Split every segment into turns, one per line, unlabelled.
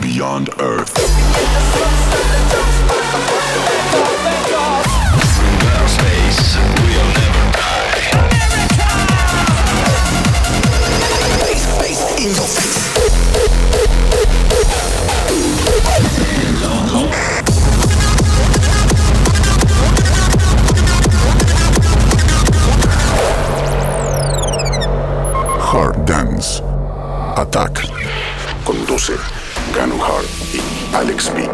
beyond Earth.
From outer space, we'll never die.
Hard Dance. Attack. Conduce Ganu Hart y Alex B.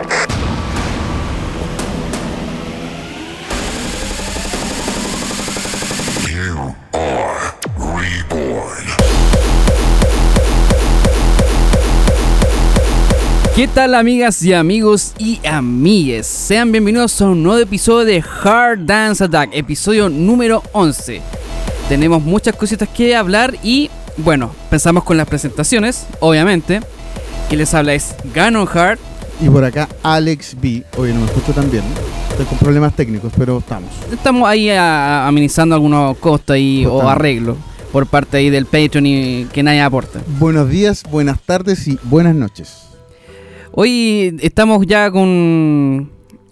You are reborn.
¿Qué tal amigas y amigos y amigues? Sean bienvenidos a un nuevo episodio de Hard Dance Attack, episodio número 11. Tenemos muchas cositas que hablar y, bueno, pensamos con las presentaciones, obviamente. Que les habla es Ganon Hard.
Y por acá Alex B. Oye, no me escucho tan bien. Estoy con problemas técnicos, pero estamos.
Estamos ahí ah, amenizando algunos costos ahí, o
Importante.
arreglos por parte ahí del Patreon y que nadie aporta.
Buenos días, buenas tardes y buenas noches.
Hoy estamos ya con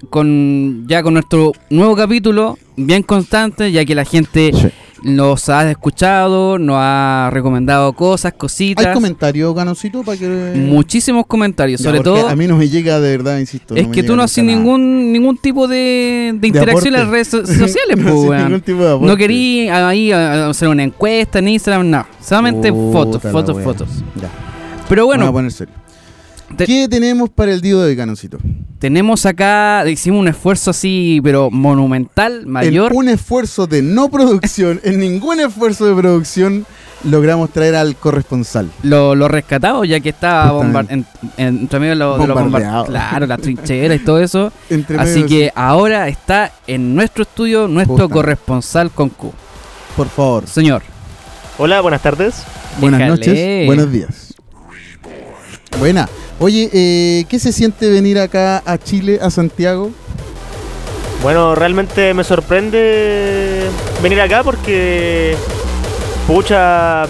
con ya con nuestro nuevo capítulo bien constante, ya que la gente
Sí.
nos ha escuchado, nos ha recomendado cosas,
¿Hay
cositas,
comentario, Ganoncito, para que...
muchísimos comentarios,
Ya,
sobre
porque
todo
A mí no me llega de verdad, insisto.
es
me
que
llega
tú no
nunca
haces
nada.
ningún ningún tipo de, de interacción en las
aporte.
redes so- sociales,
No
po,
haces
weón.
ningún tipo de
No
aporte.
querí ahí a- a hacer una encuesta en Instagram, nada. Solamente
Puta
fotos,
la
fotos,
wea.
fotos.
Ya.
Pero
Bueno,
bueno,
a poner serio.
te-
¿Qué tenemos para el día de hoy, Ganoncito?
tenemos acá, hicimos un esfuerzo así, pero monumental, mayor.
En un esfuerzo de no producción, en ningún esfuerzo de producción, logramos traer al corresponsal.
lo, lo rescatado, ya que estaba bombar- en,
Justamente.
en- entre medio de lo- de los bombardeados.
Bombardeado.
Claro, la trinchera y todo eso.
Entre
Así
medio-
que ahora está en nuestro estudio nuestro
Justamente.
corresponsal con Q.
Por favor,
Señor,
Hola, buenas tardes.
Buenas
déjale.
noches, buenos días. Buena. Oye, eh, ¿qué se siente venir acá a Chile, a Santiago?
Bueno, realmente me sorprende venir acá porque, pucha,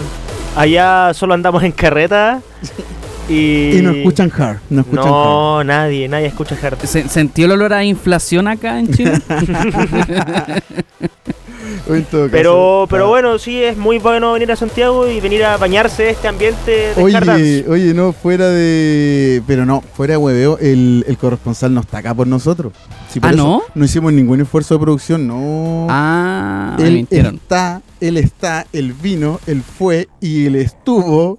allá solo andamos en carreta y...
Y no escuchan hard, Eh, no escuchan hard.
No, nadie, nadie escucha hard.
¿se- ¿Sentió el olor a inflación acá en Chile?
En todo caso,
Pero,
ah.
pero bueno, sí, es muy bueno venir a Santiago y venir a bañarse este ambiente de hard
Oye,
dance.
oye, no, fuera de... Pero no, fuera de hueveo, el, el corresponsal no está acá por nosotros. Sí, por
¿Ah,
eso
no?
No hicimos ningún esfuerzo de producción, no.
ah, me
él
mintieron.
está, él está, él vino, él fue y él estuvo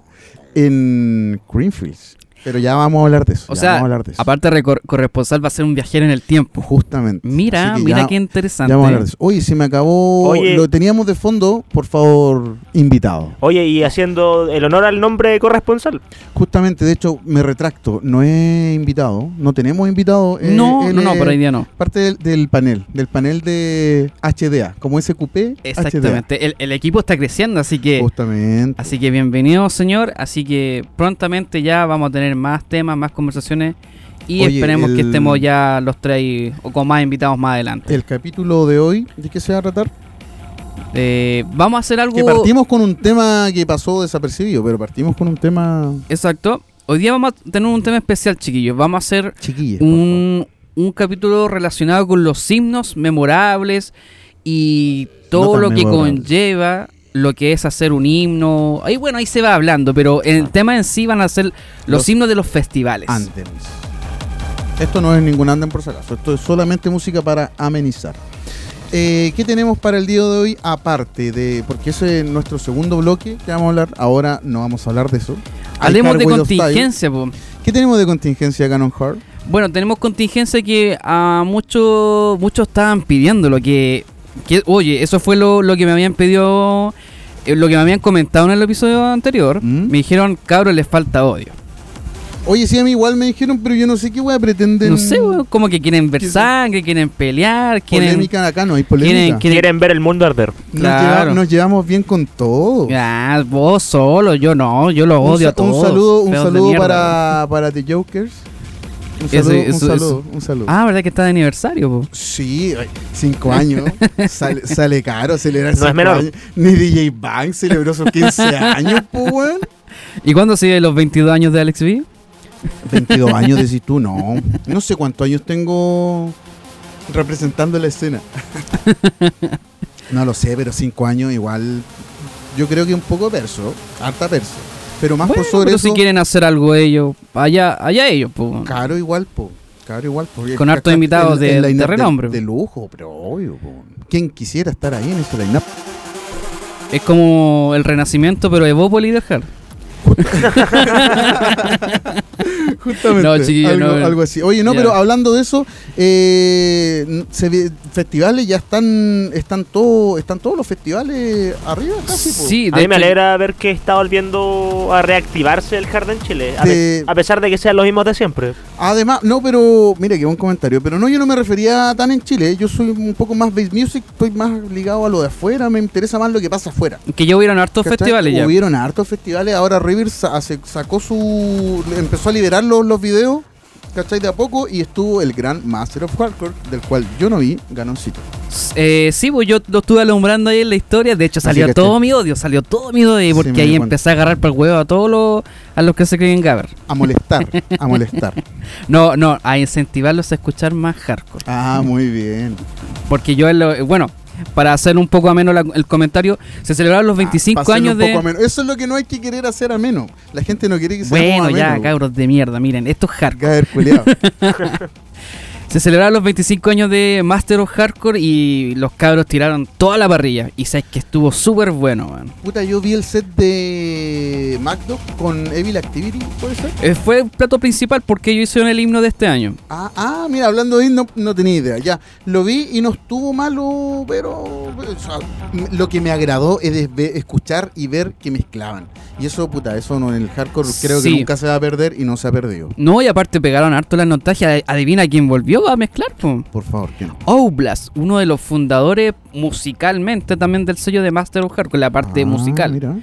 en Greenfields. Pero ya vamos a hablar de eso.
O
ya
sea,
vamos a hablar de eso.
aparte de cor- corresponsal va a ser un viajero en el tiempo.
Justamente.
Mira,
Así que
mira
ya-
qué interesante.
ya vamos a hablar de eso. Oye, se me acabó.
Oye.
Lo teníamos de fondo, por favor, invitado.
Oye, y haciendo el honor al nombre de corresponsal.
Justamente, de hecho, me retracto. No he invitado. No tenemos invitado. eh,
no,
él
no, no,
es
por hoy día no.
Parte del, del panel, del panel de HDA, como SQP.
Exactamente. El, el equipo está creciendo, así que...
HDA. Justamente.
Así que bienvenido, señor. Así que prontamente ya vamos a tener más temas, más conversaciones. Y
Oye,
esperemos que
el-
estemos ya los tres ahí, o con más invitados más adelante.
El capítulo de hoy, ¿de qué se va a tratar?
Eh, vamos a hacer algo.
Que partimos con un tema que pasó desapercibido, pero partimos con un tema
Exacto. Hoy día vamos a tener un tema especial, chiquillos. Vamos a hacer
chiquillo. por favor.
un, un capítulo relacionado con los himnos memorables y todo
tan
lo que
memorables.
conlleva lo que es hacer un himno. Ahí bueno, ahí se va hablando, pero el tema en sí van a ser los,
Ah. Los
himnos de los festivales.
Anthems. Esto no es ningún andem por si acaso, esto es solamente música para amenizar. Eh, ¿Qué tenemos para el día de hoy aparte de.? Porque ese es nuestro segundo bloque que vamos a hablar. Ahora no vamos a hablar de eso. Hay
Hablemos de
Hardware of Style.
contingencia, po.
¿Qué tenemos de contingencia, Canon Hard?
Bueno, tenemos contingencia que a muchos muchos estaban pidiendo lo que, que- oye, eso fue lo, lo que me habían pedido eh, lo que me habían comentado en el episodio anterior.
¿Mm?
Me dijeron, "Cabros, les falta odio."
Oye, sí, a mí igual me dijeron, pero yo no sé qué voy a pretender.
No sé, weón, como que quieren ver
¿Qué-
sangre, quieren pelear, quieren
Polémica acá, no hay
quieren
polémica.
quieren-
Quieren ver el mundo arder.
Nos,
Claro.
lleva- nos llevamos bien con todo.
Ah, vos solo, yo no, yo los
Un
odio
sa-
a todos.
Un saludo, un
feos de
saludo
mierda.
para, para The Jokers. Un
Ese-
saludo,
eso-
un,
eso-
saludo un saludo.
Ah, verdad que está de aniversario, po?
Sí, ay, cinco años. sale, sale caro celebrar
No es
cinco
menor.
años. Ni DJ Bang celebró sus 15 años, pues, weón.
¿Y cuándo sigue los 22 años de Alex B?
22 años decís tú, no. No sé cuántos años tengo representando la escena. no lo sé, pero 5 años igual. Yo creo que un poco verso, harta verso. Pero más
Bueno,
por sobre
pero
eso.
si quieren hacer algo ellos, allá, allá ellos, pues.
Caro igual, po. Caro igual, po.
Con hartos
Acá
invitados
el-
de-
el
de
line-up
renombre.
De lujo, pero obvio, po. ¿Quién quisiera estar ahí en ese line-up?
Es como el renacimiento, pero Evópolis de Hard.
Justamente.
No, chiquillo,
algo,
no.
algo así. Oye, no,
Ya.
pero hablando de eso, eh, n- se ve- festivales ya están están todo, están todos los festivales arriba casi. po.
Sí,
A mí me
hecho,
alegra ver que está volviendo a reactivarse el Jardín Chile, a,
De-
pe- a pesar de que sean los mismos de siempre.
Además, no, pero mira que buen comentario, pero no yo no me refería tan en Chile, eh. yo soy un poco más bass music, estoy más ligado a lo de afuera, me interesa más lo que pasa afuera.
Que ya hubieron hartos
¿Cachai?
festivales ya.
Hubieron hartos festivales. Ahora River sa- hace- sacó su. le- empezó a liberar los, los videos, ¿cachai? De a poco. Y estuvo el gran Master of Hardcore, del cual yo no vi ganoncito.
Eh, sí, pues yo lo estuve alumbrando ahí en la historia. De hecho,
Así
salió
que
todo
este-
mi odio, salió todo mi odio. Porque
me di
ahí
cuenta.
empecé a agarrar por el huevo a todos los, a los que se creen Gaber.
A molestar, a molestar.
No, no, a incentivarlos a escuchar más hardcore.
Ah, muy bien.
Porque yo, en lo- bueno, para hacer un poco ameno la- el comentario, se celebraron los 25
Ah, para hacerlo
años
un
de.
poco ameno. Eso es lo que no hay que querer hacer ameno. La gente no quiere que sea
Bueno, ya, cabros de mierda, miren, esto es hardcore.
Gaber culiao.
Se celebraron los 25 años de Master of Hardcore y los cabros tiraron toda la parrilla. Y sabes que estuvo súper bueno, man.
Puta, yo vi el set de MacDog con Evil Activity, ¿puede ser?
Eh, fue el plato principal porque ellos hicieron el himno de este año.
Ah, ah, mira, hablando de himno, no, tenía idea. Ya, lo vi y no estuvo malo, pero o sea, m- lo que me agradó es de- ve- escuchar y ver que mezclaban. Y eso, puta, eso no, en el hardcore creo
Sí.
que nunca se va a perder y no se ha perdido.
No, y aparte pegaron harto las nostalgia. Adivina quién volvió a mezclar, po.
Por favor, que no.
Oblast, uno de los fundadores musicalmente también del sello de Master of Hardcore, la parte
Ah,
musical.
mira.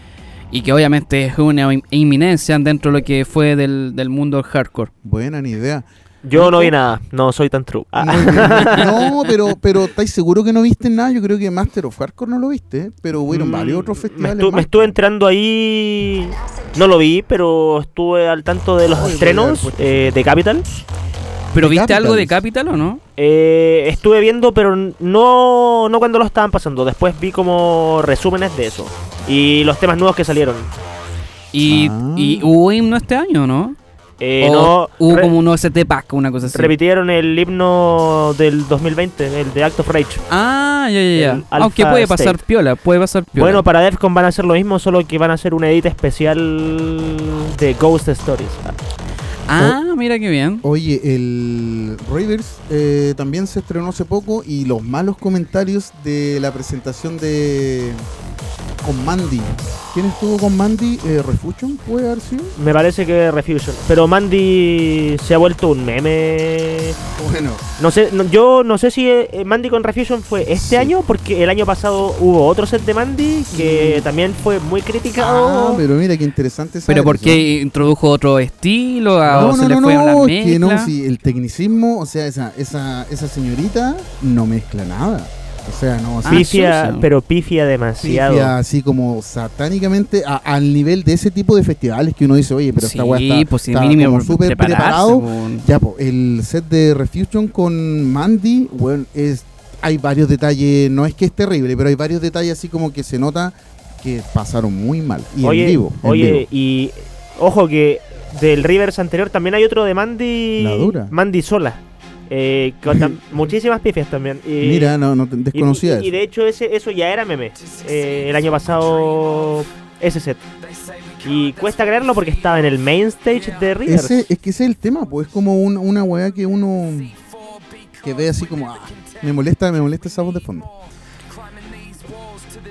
Y que obviamente es una im- inminencia dentro de lo que fue del, del mundo del hardcore.
Buena ni idea.
Yo no vi nada, no soy tan true. Ah.
No, no, no, pero, pero ¿estáis seguro que no viste nada? Yo creo que Master of Hardcore no lo viste, pero hubieron
Mm,
varios otros
me,
festivales.
estu- me
más.
estuve entrando ahí, no lo vi, pero estuve al tanto de los
Ay, voy a pues.
estrenos
haber puesto.
eh, de Capital.
¿Pero
The
viste algo de
Capitals.
Capital o no?
Eh, estuve viendo, pero no, no cuando lo estaban pasando. Después vi como resúmenes de eso. Y los temas nuevos que salieron.
Y,
Ah.
y hubo himno este año, ¿no?
Eh,
O
no,
hubo
re-
como un OST pack, una cosa así.
repitieron el himno del 2020, el de Act of Rage.
Ah, ya, ya,
El
ya. Aunque
Alpha
puede pasar
State.
piola, puede pasar piola.
Bueno, para Defcon van a hacer lo mismo, solo que van a hacer un edit especial de Ghost Stories.
ah, mira qué bien.
Oye, el Rivers eh, también se estrenó hace poco y los malos comentarios de la presentación de con Mandy. ¿Quién estuvo con Mandy? Eh, ¿Refusion puede haber sido?
Me parece que Refusion. Pero Mandy se ha vuelto un meme.
Bueno, Ah,
No sé, no- yo no sé si eh, Mandy con Refusion fue este
Sí.
año, porque el año pasado hubo otro set de Mandy que también fue muy criticado.
Mm. ah, pero mira qué interesante. saber
Pero
eso.
porque introdujo otro estilo, a, o
No,
se
no,
le
no,
fue a
no,
la
es que no,
mezcla.
sí, el tecnicismo, o sea, esa, esa, esa señorita no mezcla nada. O sea, no, así,
Ah,
Pifia,
sí, sí.
pero pifia demasiado.
pifia, así como satánicamente a- al nivel de ese tipo de festivales que uno dice, oye, pero esta weá está,
pues sí,
está
mínimo
como súper
prepararse,
preparado.
weón.
Ya, po, el set de Refusion con Mandy, bueno, es, hay varios detalles, no es que es terrible, pero hay varios detalles así como que se nota que pasaron muy mal. Y
oye,
en vivo. en
oye,
vivo.
y ojo que del Rivers anterior también hay otro de Mandy.
La dura.
Mandy sola. eh, con tam- muchísimas pifias también. Y-
Mira, no, no te-
eh, y-
desconocía
y, y de hecho ese, eso ya era meme. eh, el año pasado ese set. Y cuesta creerlo porque estaba en el main stage de Rivers.
eso. Ese- es que ese es el tema, pues es como un- una weá que uno que ve así como, ah, me molesta, me molesta esa voz de fondo.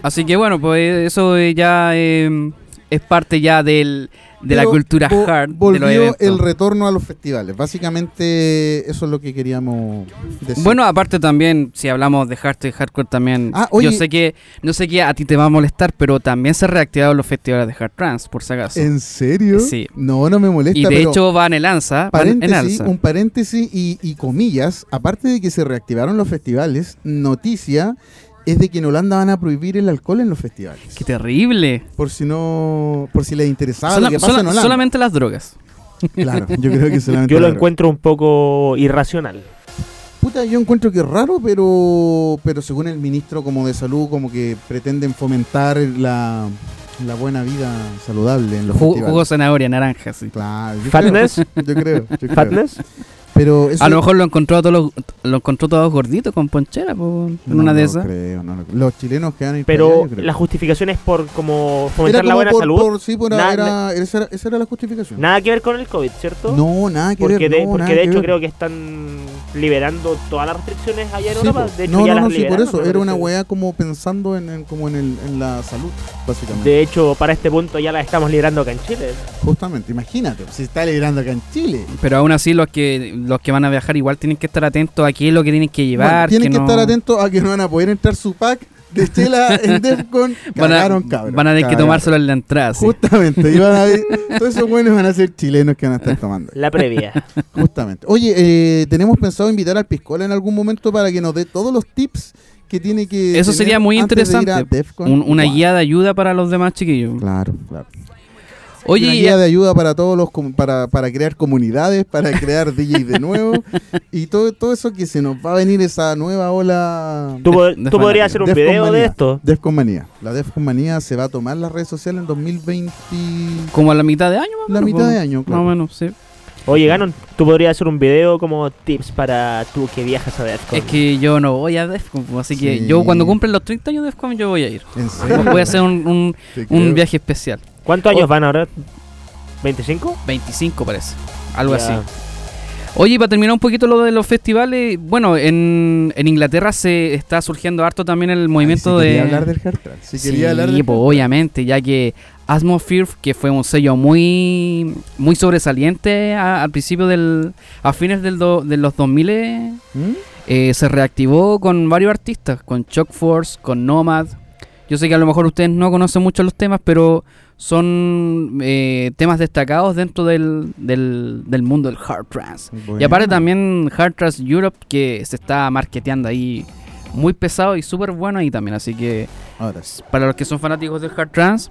Así que bueno, pues eso eh, ya eh, es parte ya del, de la
Pero
cultura
vo-
hard. de los
Volvió
eventos.
el retorno a los festivales. Básicamente eso es lo que queríamos decir.
Bueno, aparte también, si hablamos de hardcore y hardcore también,
Ah, oye.
yo sé que no sé que a ti te va a molestar, pero también se reactivaron los festivales de hard trance, por si acaso.
¿En serio?
Sí.
No, no me molesta.
y de
pero-
hecho van en alza, van en
Paréntesis,
alza.
un paréntesis y, y comillas, aparte de que se reactivaron los festivales, noticia es de que en Holanda van a prohibir el alcohol en los festivales.
Qué terrible.
Por si no, por si les interesaba
Sola-
lo que pasa
sola-
en Holanda.
solamente las drogas.
Claro, yo creo que solamente
Yo lo
la droga.
encuentro un poco irracional.
Puta, yo encuentro que es raro, pero pero según el ministro como de salud, como que pretenden fomentar la, la buena vida saludable en los
Ju-
festivales.
jugo zanahoria, naranja, sí.
Claro, yo
Fatness.
creo, yo creo, yo creo.
Fatness.
Pero eso-
A lo mejor lo encontró a todos los, lo encontró todos gorditos con ponchera, po, en
No
una de
lo
esas.
creo, no lo creo. Los chilenos quedan ahí para allá,
Pero
yo creo.
la justificación es por como
Era
fomentar la
como
buena
por-
salud.
por- sí, por-
Nada-
era- esa, era, esa era la justificación.
Nada que ver con el COVID, ¿cierto?
no, nada que
porque
ver.
de,
no,
porque
nada
de
que
hecho
ver.
creo que están liberando todas las restricciones allá en
Sí,
Europa.
po.
De hecho,
no,
ya
no,
las
no, sí, por
liberaron,
eso.
me
Era una
parece.
weá como pensando en, en- como en, el, en la salud, básicamente.
De hecho, para este punto ya las estamos liberando acá en Chile.
Justamente, imagínate. Se está librando acá en Chile.
Pero aún así los que los que van a viajar igual tienen que estar atentos a qué es lo que tienen que llevar.
Bueno, tienen que,
no-
estar atentos a que no van a poder entrar su pack de chela en Defcon.
Van a,
Cagaron, cabrón,
van a tener que
cagaron.
tomárselo en la entrada. sí.
Justamente, y van a ir- todos esos buenos van a ser chilenos que van a estar tomando.
La previa.
Justamente. Oye, eh, tenemos pensado invitar al Piscola en algún momento para que nos dé todos los tips que tiene que.
Eso
tener
sería muy
antes de ir a
interesante.
Defcon.
Un- una
Wow.
guía de ayuda para los demás chiquillos.
Claro, claro.
Oye,
una
y-
guía de ayuda para todos los com- para, para crear comunidades, para crear DJs de nuevo y todo, todo eso que se nos va a venir esa nueva ola.
Tú, pod-
de
tú podrías hacer
fanático.
un
Defcon
video de
Manía.
esto.
Defcon Manía. La Defcon Manía se va a tomar las redes sociales en 2020.
como a la mitad de año, más o
La
menos,
mitad
po.
de año, claro.
Más o menos, sí.
Oye, Ganon, tú podrías hacer un video como tips para tú que viajas a Defcon.
Es que yo no voy a Defcon, po, así que
Sí.
yo cuando cumplen los 30 años de Defcon yo voy a ir.
En serio.
Voy a hacer un, un-
Te creo.
un viaje especial.
¿Cuántos años
O-
van ahora? ¿25?
25 parece, algo
Ya.
así. Oye, y para terminar un poquito lo de los festivales, bueno, en, en Inglaterra se está surgiendo harto también el movimiento
Ay, sí
de...
Quería hablar del Hartrand. Sí, quería hablar
Sí,
del
po, obviamente, ya que Atmosphere, que fue un sello muy muy sobresaliente a- al principio del... a fines del do- de los 2000
¿Mm?
eh, se reactivó con varios artistas, con Shock Force, con Nomad. Yo sé que a lo mejor ustedes no conocen mucho los temas, pero son eh, temas destacados dentro del, del, del mundo del hard trance. Y
Buena.
aparte también Hard Trance Europe, que se está marketeando ahí muy pesado y súper bueno ahí también. Así que
Ahora sí.
para los que son fanáticos del hard trance,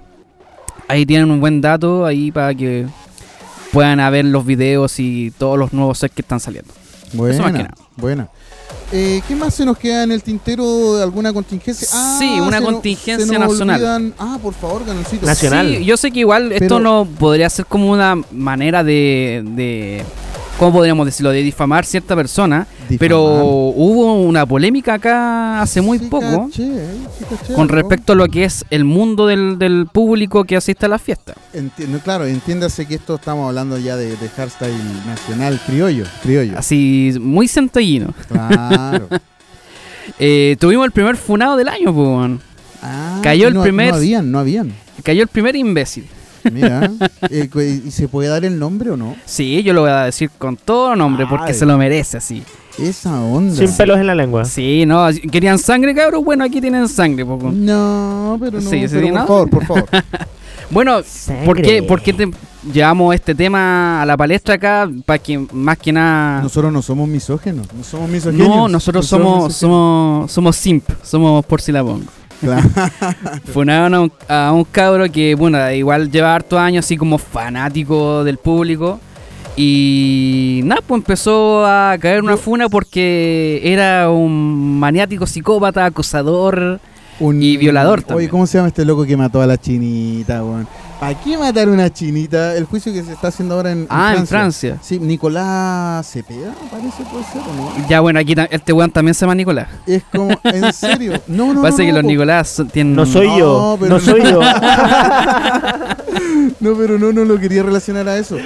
ahí tienen un buen dato ahí para que puedan a ver los videos y todos los nuevos sets que están saliendo.
Buena.
más que nada.
buena. Eh, ¿Qué más se nos queda en el tintero de alguna contingencia? Ah,
Sí, una
se nos-
contingencia
se nos
nacional.
olvidan- Ah, por favor, ganoncito.
Nacional.
Sí, yo sé que igual
Pero-
esto no podría ser como una manera de, de- ¿cómo podríamos decirlo? De difamar cierta persona.
Difamar.
Pero hubo una polémica acá hace muy
Sí,
poco
caché, eh, sí, caché
con
algo.
respecto a lo que es el mundo del, del público que asiste a las fiestas.
Entiendo, claro, entiéndase que esto estamos hablando ya de, de hardstyle nacional criollo. Criollo.
Así, muy centellino.
Claro.
Eh, tuvimos el primer funado del año, po, weón.
Ah,
Cayó el
no,
primer-
No habían, no habían.
Cayó el primer imbécil.
Mira. eh, cu- ¿Y se puede dar el nombre o no?
Sí, yo lo voy a decir con todo nombre porque
Ay.
se lo merece, así.
Esa onda.
Sin pelos en la lengua.
Sí, no, querían sangre, cabros. Bueno, aquí tienen sangre, po,
Mm.
weón.
No, pero no.
Sí, sí,
pero por
¿no?
favor, por favor.
Bueno,
Sangre.
¿por qué, por qué te- llevamos este tema a la palestra acá? Para que más que nada.
Nosotros no somos misógenos. No somos misógenos.
Ah. No, nosotros somos, somos, somos simp, somos por si la pongo. Funaron a un, a un cabro que, bueno, igual lleva hartos años así como fanático del público. Y nada, pues empezó a caer una funa porque era un maniático psicópata, acosador.
Un-
Y violador
Oye,
también.
¿cómo se llama este loco que mató a la chinita, weón? ¿Para qué matar a una chinita? El juicio que se está haciendo ahora en,
Ah, en Francia.
Sí, Nicolás Cepeda, parece puede ser, ¿o no?
Ya bueno, aquí ta- este weón también se llama Nicolás.
Es como, en serio. No, no,
Parece
no,
que
no,
los
po.
Nicolás son- tienen...
No soy
No,
yo.
pero
No soy
no.
yo.
No, pero no, no lo quería relacionar a eso.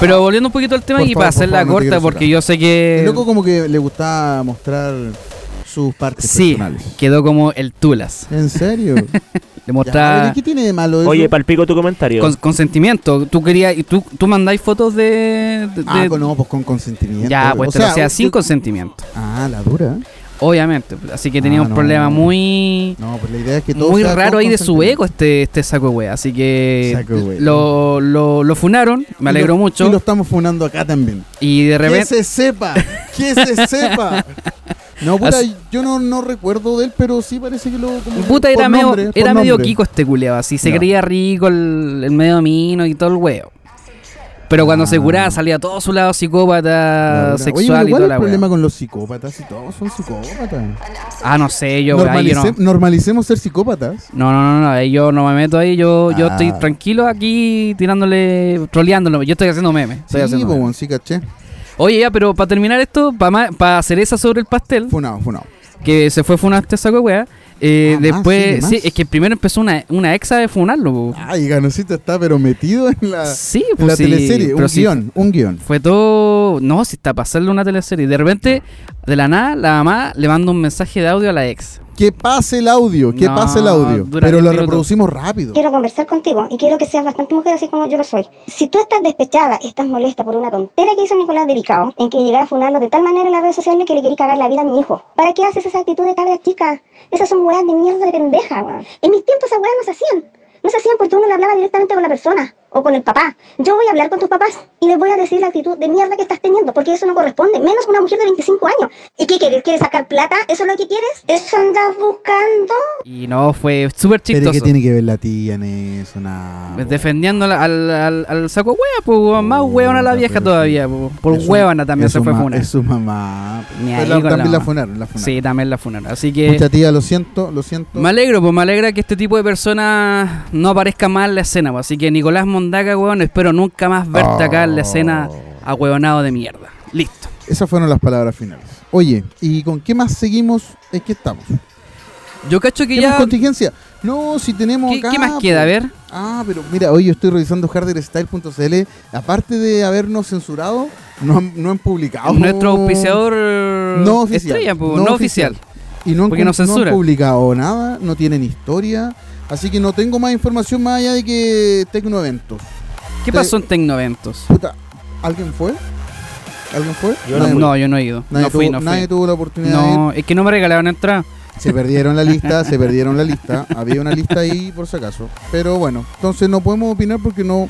Pero volviendo un poquito al tema
Por
y
favor,
para
por
hacerla
favor, no te
corta,
quiero
porque
sacar.
yo sé que...
El loco como que le gustaba mostrar sus partes
Sí,
personales.
quedó como el Tulas.
¿En serio?
Le
Ya,
mostraba
oye, ¿Qué tiene de malo eso?
Oye, palpico tu comentario.
con- consentimiento. Tú querías, y tú, tú mandáis fotos de... de-
Ah,
de-
con- no, pues con consentimiento.
ya, pues,
O
pero o sea, sin
yo-
consentimiento.
Ah, la dura.
Obviamente. pues, Así que tenía
Ah,
un
no.
problema muy...
No, pues la idea es que todo
Muy
sea con
raro ahí de su
consentimiento.
ego este, este saco de wea. Así que
Saco de wea.
lo, lo, lo funaron, me alegro
Y lo-
mucho.
Y
Y,
lo estamos funando acá también.
de
Que
repente...
se sepa, que se sepa. No, puta,
Así-
yo no, no recuerdo de él, pero sí parece que lo. como-
Puta,
por
era, medio,
nombre, por
era medio
nombre.
Kiko este culeado, así se
Ya.
creía rico, el, el medio mino y todo el huevo. Pero cuando se curaba salía todo su lado psicópata,
Laura. Ah. Oye,
sexual
pero
y
¿cuál
toda
es el
la
problema
weá.
con los psicópatas? Si todos son psicópatas.
Ah, no sé, yo, weá, ahí yo no.
Normalice- Normalicemos ser psicópatas.
No, no, no, no, ahí yo no me meto ahí, yo, yo
Ah.
estoy tranquilo aquí tirándole, troleándolo, yo estoy haciendo memes. Estoy
sí,
haciendo
po,
memes.
weón, sí, caché.
Oye, ya, pero para terminar esto, para cereza sobre el pastel,
Funado, funado.
que se fue funando este saco de weá, eh,
Ah, más, sí,
después,
más.
sí, es que primero empezó una, una exa de funarlo, po.
Ay, Ganosita está pero metido en la,
Sí,
en
pues
la
sí,
teleserie.
pero
Un
sí.
guión, un guión.
Fue todo. No, si está pasarle una teleserie. De repente, de la nada, la mamá le manda un mensaje de audio a la ex.
Que pase el audio, que
No,
pase el audio.
dura
Pero
diez
lo
minutos.
reproducimos rápido.
Quiero conversar contigo y quiero que seas bastante mujer así como yo lo soy. Si tú estás despechada y estás molesta por una tontera que hizo Nicolás Delicado, en que llegara a funarlo de tal manera en las redes sociales que le quería cagar la vida a mi hijo, ¿para qué haces esa actitud de cabra chica? Esas son weas de mierda de pendeja, weón. En mis tiempos esas weas no se hacían. No se hacían porque uno le hablaba directamente con la persona o con el papá. Yo voy a hablar con tus papás y les voy a decir la actitud de mierda que estás teniendo porque eso no corresponde, menos una mujer de 25 años. ¿Y qué quieres? ¿Quieres sacar plata? ¿Eso es lo que quieres? ¿Eso andas buscando?
Y no, fue súper
Pero
chistoso.
que tiene que ver la tía en eso, nada.
Pues Defendiendo al, al, al- al saco hueá, pues weón, más hueona la
Puta,
vieja
pero
todavía,
sí.
po. por
Oh, Es su-
huevona también
es
se
su
fue
ma-
funar.
Es su mamá.
Ni
Pero
ahí
la-
con la
también la
mamá.
funaron, la funaron.
Sí, también la funaron. Así que
Mucha tía, lo siento, lo siento.
me alegro, pues me alegra que este tipo de personas no aparezca más en la escena. pues. Así que Nicolás Mondaca, weón, espero nunca más verte acá
Oh.
en la escena a huevonado de mierda. Listo.
Esas fueron las palabras finales. Oye, ¿y con qué más seguimos? Es que estamos.
Yo cacho que
¿Qué más
ya.
contingencia? No, si tenemos
¿Qué-
acá,
qué más queda? A
po.
ver.
Ah, pero mira, hoy yo estoy revisando harderstyle.cl. Aparte de habernos censurado, no han, no han publicado.
Nuestro auspiciador
no oficial.
estrella, po, no, oficial.
Y no han,
Porque
cum-
nos
no han
censuran.
publicado nada, no tienen historia. Así que no tengo más información más allá de que Tecnoeventos.
¿Qué pasó en Tecnoventos?
Puta, ¿alguien fue? ¿Alguien fue?
Yo no
Nadie
fui.
fue.
No, yo no he ido.
Nadie,
no fui,
tuvo,
no fui.
nadie tuvo la oportunidad de ir.
No, es que no me regalaron entrada.
Se perdieron la lista, se perdieron la lista. Había una lista ahí por si acaso. Pero bueno, entonces no podemos opinar porque no.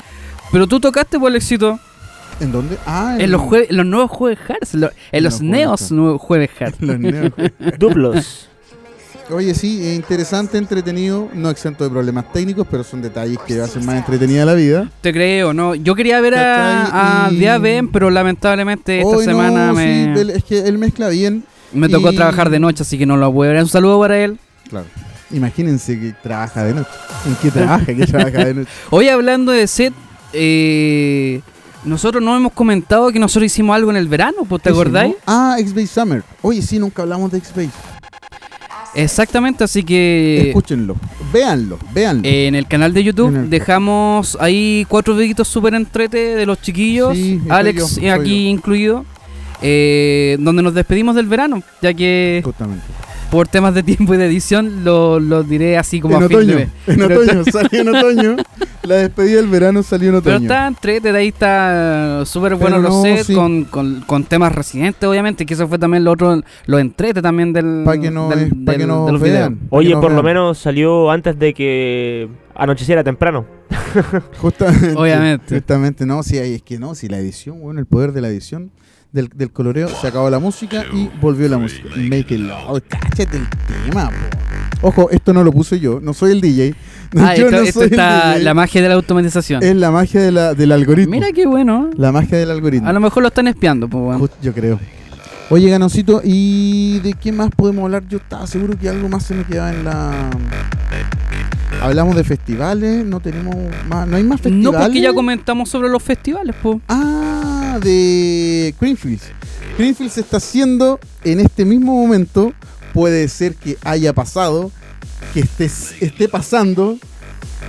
Pero tú tocaste por el éxito
¿En dónde? Ah,
en los, jue- en los nuevos jueves Hearts, en los, en los
los
neos
jueves.
nuevos jueves Hearts.
los neos.
Duplos.
Oye, sí, es interesante, entretenido, no exento de problemas técnicos, pero son detalles que hacen más entretenida la vida.
Te creo, no. Yo quería ver a, a
¿Cachai? Y-
Día Ben, pero lamentablemente este, esta
Hoy no,
semana
sí,
me,
él- es que él mezcla bien.
me tocó
y-
trabajar de noche, así que no lo puedo ver. Un saludo para él.
Claro. Imagínense que trabaja de noche. ¿En qué trabaja? ¿Qué trabaja de noche?
Hoy hablando de set, eh, nosotros no hemos comentado que nosotros hicimos algo en el verano, pues, ¿te
Eso, ¿no?
acordáis?
Ah, X-Base Summer. Oye, sí, nunca hablamos de X-Base.
Exactamente, así que
Escúchenlo. Véanlo, véanlo.
en el canal de
En
YouTube
el-
dejamos ahí cuatro videitos súper entrete de los chiquillos,
Sí, estoy yo,
Alex
estoy
aquí
yo.
incluido, eh, donde nos despedimos del verano, ya que
Justamente.
por temas de tiempo y de edición lo, lo diré así como
en
a fin de
otoño,
mes.
en otoño, salió en otoño. La despedida del verano salió en
Pero
otoño.
está entrete, de ahí está súper bueno
Pero
los
no,
sets
sí.
con, con, con temas residentes, obviamente, que eso fue también lo otro, lo entrete también del...
Para que no,
del-
es- pa' que
del-
no
de los
vean.
videos.
pa' que
Oye,
no
por lo
vean.
menos salió antes de que anocheciera temprano.
Justamente.
Obviamente.
Justamente, no, si hay, es que no, si la edición, bueno, el poder de la edición, del, del coloreo, se acabó la música y volvió la música. Make it loud. Cáchate el tema, po. Ojo, esto no lo puse yo, no soy el DJ.
Ah,
Yo
esto,
no
esto
soy el
está
DJ.
la magia de la automatización.
Es la magia de la- del algoritmo.
Mira qué bueno.
La magia del algoritmo.
A lo mejor lo están espiando, pues, weón.
Just- yo creo. Oye, Ganoncito, ¿y de qué más podemos hablar? Yo estaba seguro que algo más se me quedaba en la. Hablamos de festivales, no tenemos más. No hay más festivales.
No, porque ya comentamos sobre los festivales, po.
Ah, de Greenfields. Greenfields se está haciendo en este mismo momento. Puede ser que haya pasado, que esté, esté pasando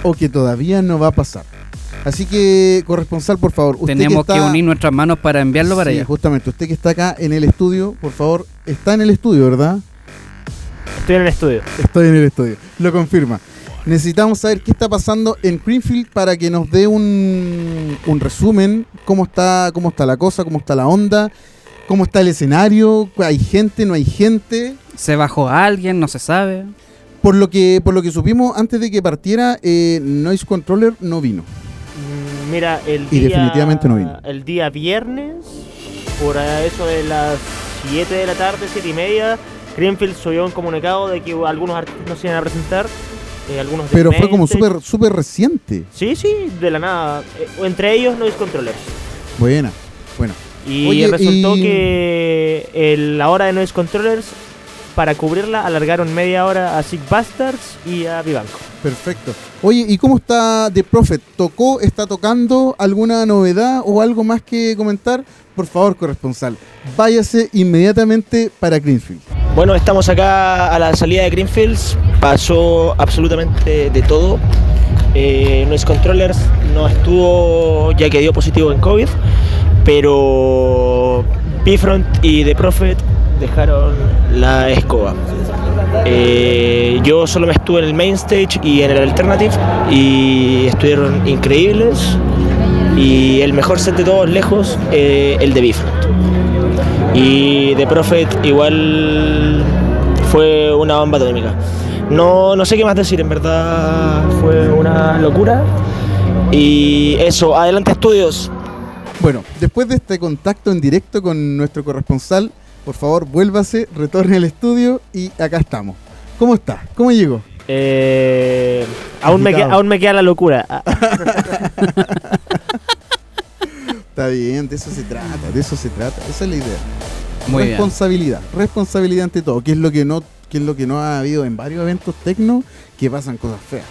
o que todavía no va a pasar. Así que, corresponsal, por favor. usted
Tenemos que,
está-
unir nuestras manos para enviarlo para
Sí,
allá.
Justamente, usted que está acá en el estudio, por favor, está en el estudio, ¿verdad?
Estoy en el estudio.
Estoy en el estudio, lo confirma. Necesitamos saber qué está pasando en Greenfield para que nos dé un, un resumen, cómo está, cómo está la cosa, cómo está la onda, cómo está el escenario, hay gente, no hay gente.
Se bajó alguien, no se sabe.
Por lo que, por lo que supimos antes de que partiera, eh, Noise Controller no vino.
Mm, Mira, el
Y
día.
definitivamente no vino.
El día viernes, por a eso de las 7 de la tarde, 7 y media, Greenfield subió un comunicado de que algunos artistas no se iban a presentar. eh, algunos de
Pero fue como
Mainstage.
súper súper reciente.
Sí, sí, de la nada. Eh, entre ellos, Noise Controllers.
Buena, buena.
Y
Oye,
resultó
y-
que el- la hora de Noise Controllers, para cubrirla, alargaron media hora a Sick Bastards y a Vivanco.
Perfecto. Oye, ¿y cómo está The Prophet? ¿Tocó? ¿Está tocando alguna novedad o algo más que comentar? Por favor, corresponsal, váyase inmediatamente para Greenfield.
Bueno, estamos acá a la salida de Greenfields. Pasó absolutamente de todo. Eh, Noise Controllers no estuvo ya que dio positivo en COVID, pero Bifront y The Prophet dejaron la escoba. Eh, yo solo me estuve en el main stage y en el alternative y estuvieron increíbles. Y el mejor set de todos lejos, eh, el de Bifront. Y The Prophet igual fue una bomba atómica. No, no sé qué más decir, en verdad fue una locura. Y eso, adelante estudios.
Bueno, después de este contacto en directo con nuestro corresponsal, por favor, vuélvase, retorne al estudio y acá estamos. ¿Cómo está? ¿Cómo llegó?
Eh, aún, me queda,
Complicado.
aún me queda la locura. Ah,
Está bien, de eso se trata, de eso se trata. Esa es la idea.
Muy bien.
responsabilidad, responsabilidad ante todo, que es lo que no, que es lo que no ha habido en varios eventos tecno que pasan cosas feas.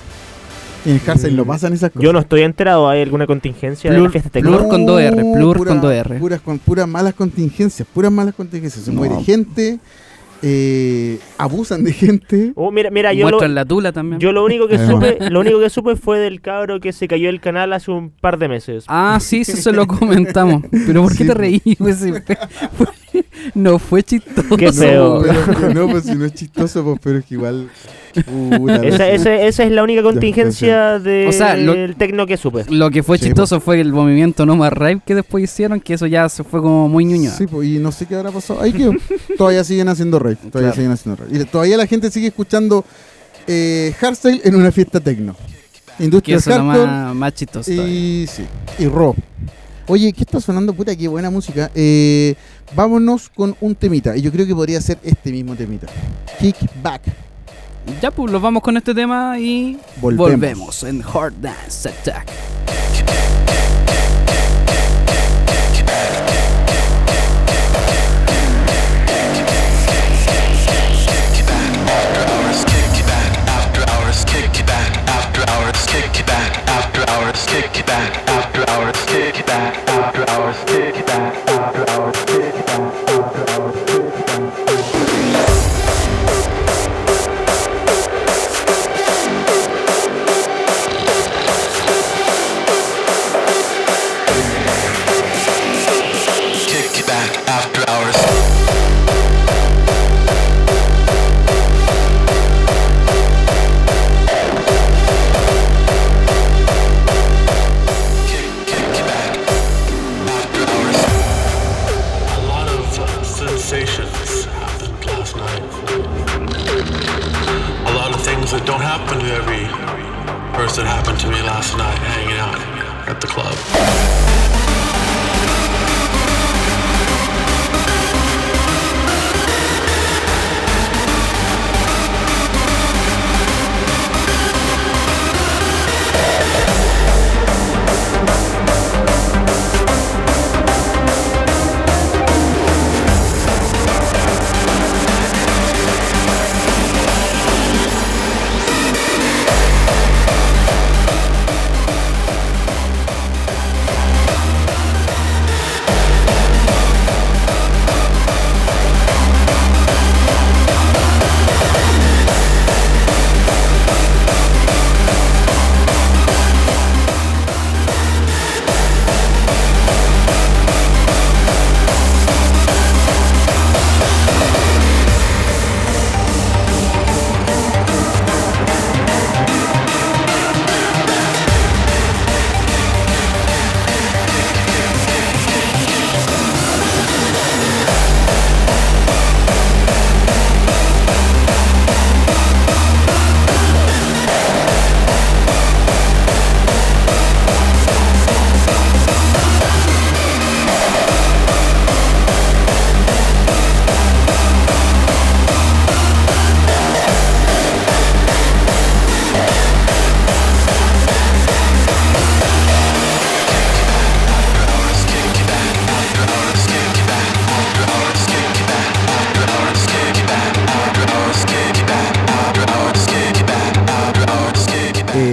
En el
Mm.
Hardstyle no pasan esas cosas.
Yo no estoy enterado, ¿hay alguna contingencia de la
Plur-
fiesta este
plur-
tecno?
con dos R, plur
Pura-
con dos R.
Puras, con, puras malas contingencias, puras malas contingencias. Se
No.
muere gente, eh, abusan de gente.
Oh, mira, mira, yo lo,
Muestran la tula también.
yo lo único que
Además.
supe, lo único que supe fue del cabro que se cayó del canal hace un par de meses.
Ah, sí, sí, se lo comentamos. Pero ¿por qué
Sí,
te
po.
reí? güey? Sí, fue- fue- no fue chistoso.
Qué feo.
No, pero, pero no, pues si no es chistoso, pues, pero es que igual. puta,
Esa,
lo-
esa- esa es la única contingencia del
O sea, lo-
tecno que supe.
Lo que fue
Sí, pues. po.
chistoso fue el movimiento No Más Rave que después hicieron, que eso ya se fue como muy ñuño.
Sí, pues, y no sé qué habrá pasado. Ahí quedó. todavía siguen haciendo rave. Todavía
Claro.
siguen haciendo rave. Y todavía la gente sigue escuchando eh, hardstyle en una fiesta tecno.
que
Industria
eso es lo
hardcore
más, más chistoso. todavía.
y sí, y rock. Oye, ¿qué está sonando? Puta, qué buena música. Eh, vámonos con un temita. Y yo creo que podría ser este mismo temita. Kickback.
Ya, pues, los vamos con este tema y
Volvemos.
volvemos en Hard Dance Attack.
Kick it back after hours, kick it back after hours, kick it back after hours, kick it back after hours, kick it back after hours, kick it back after hours, kick it back after hours, kick it back. Kick it back after hours.
A lot of sensations happened last night. A lot of things that don't happen to every person happened to me last night hanging out at the club.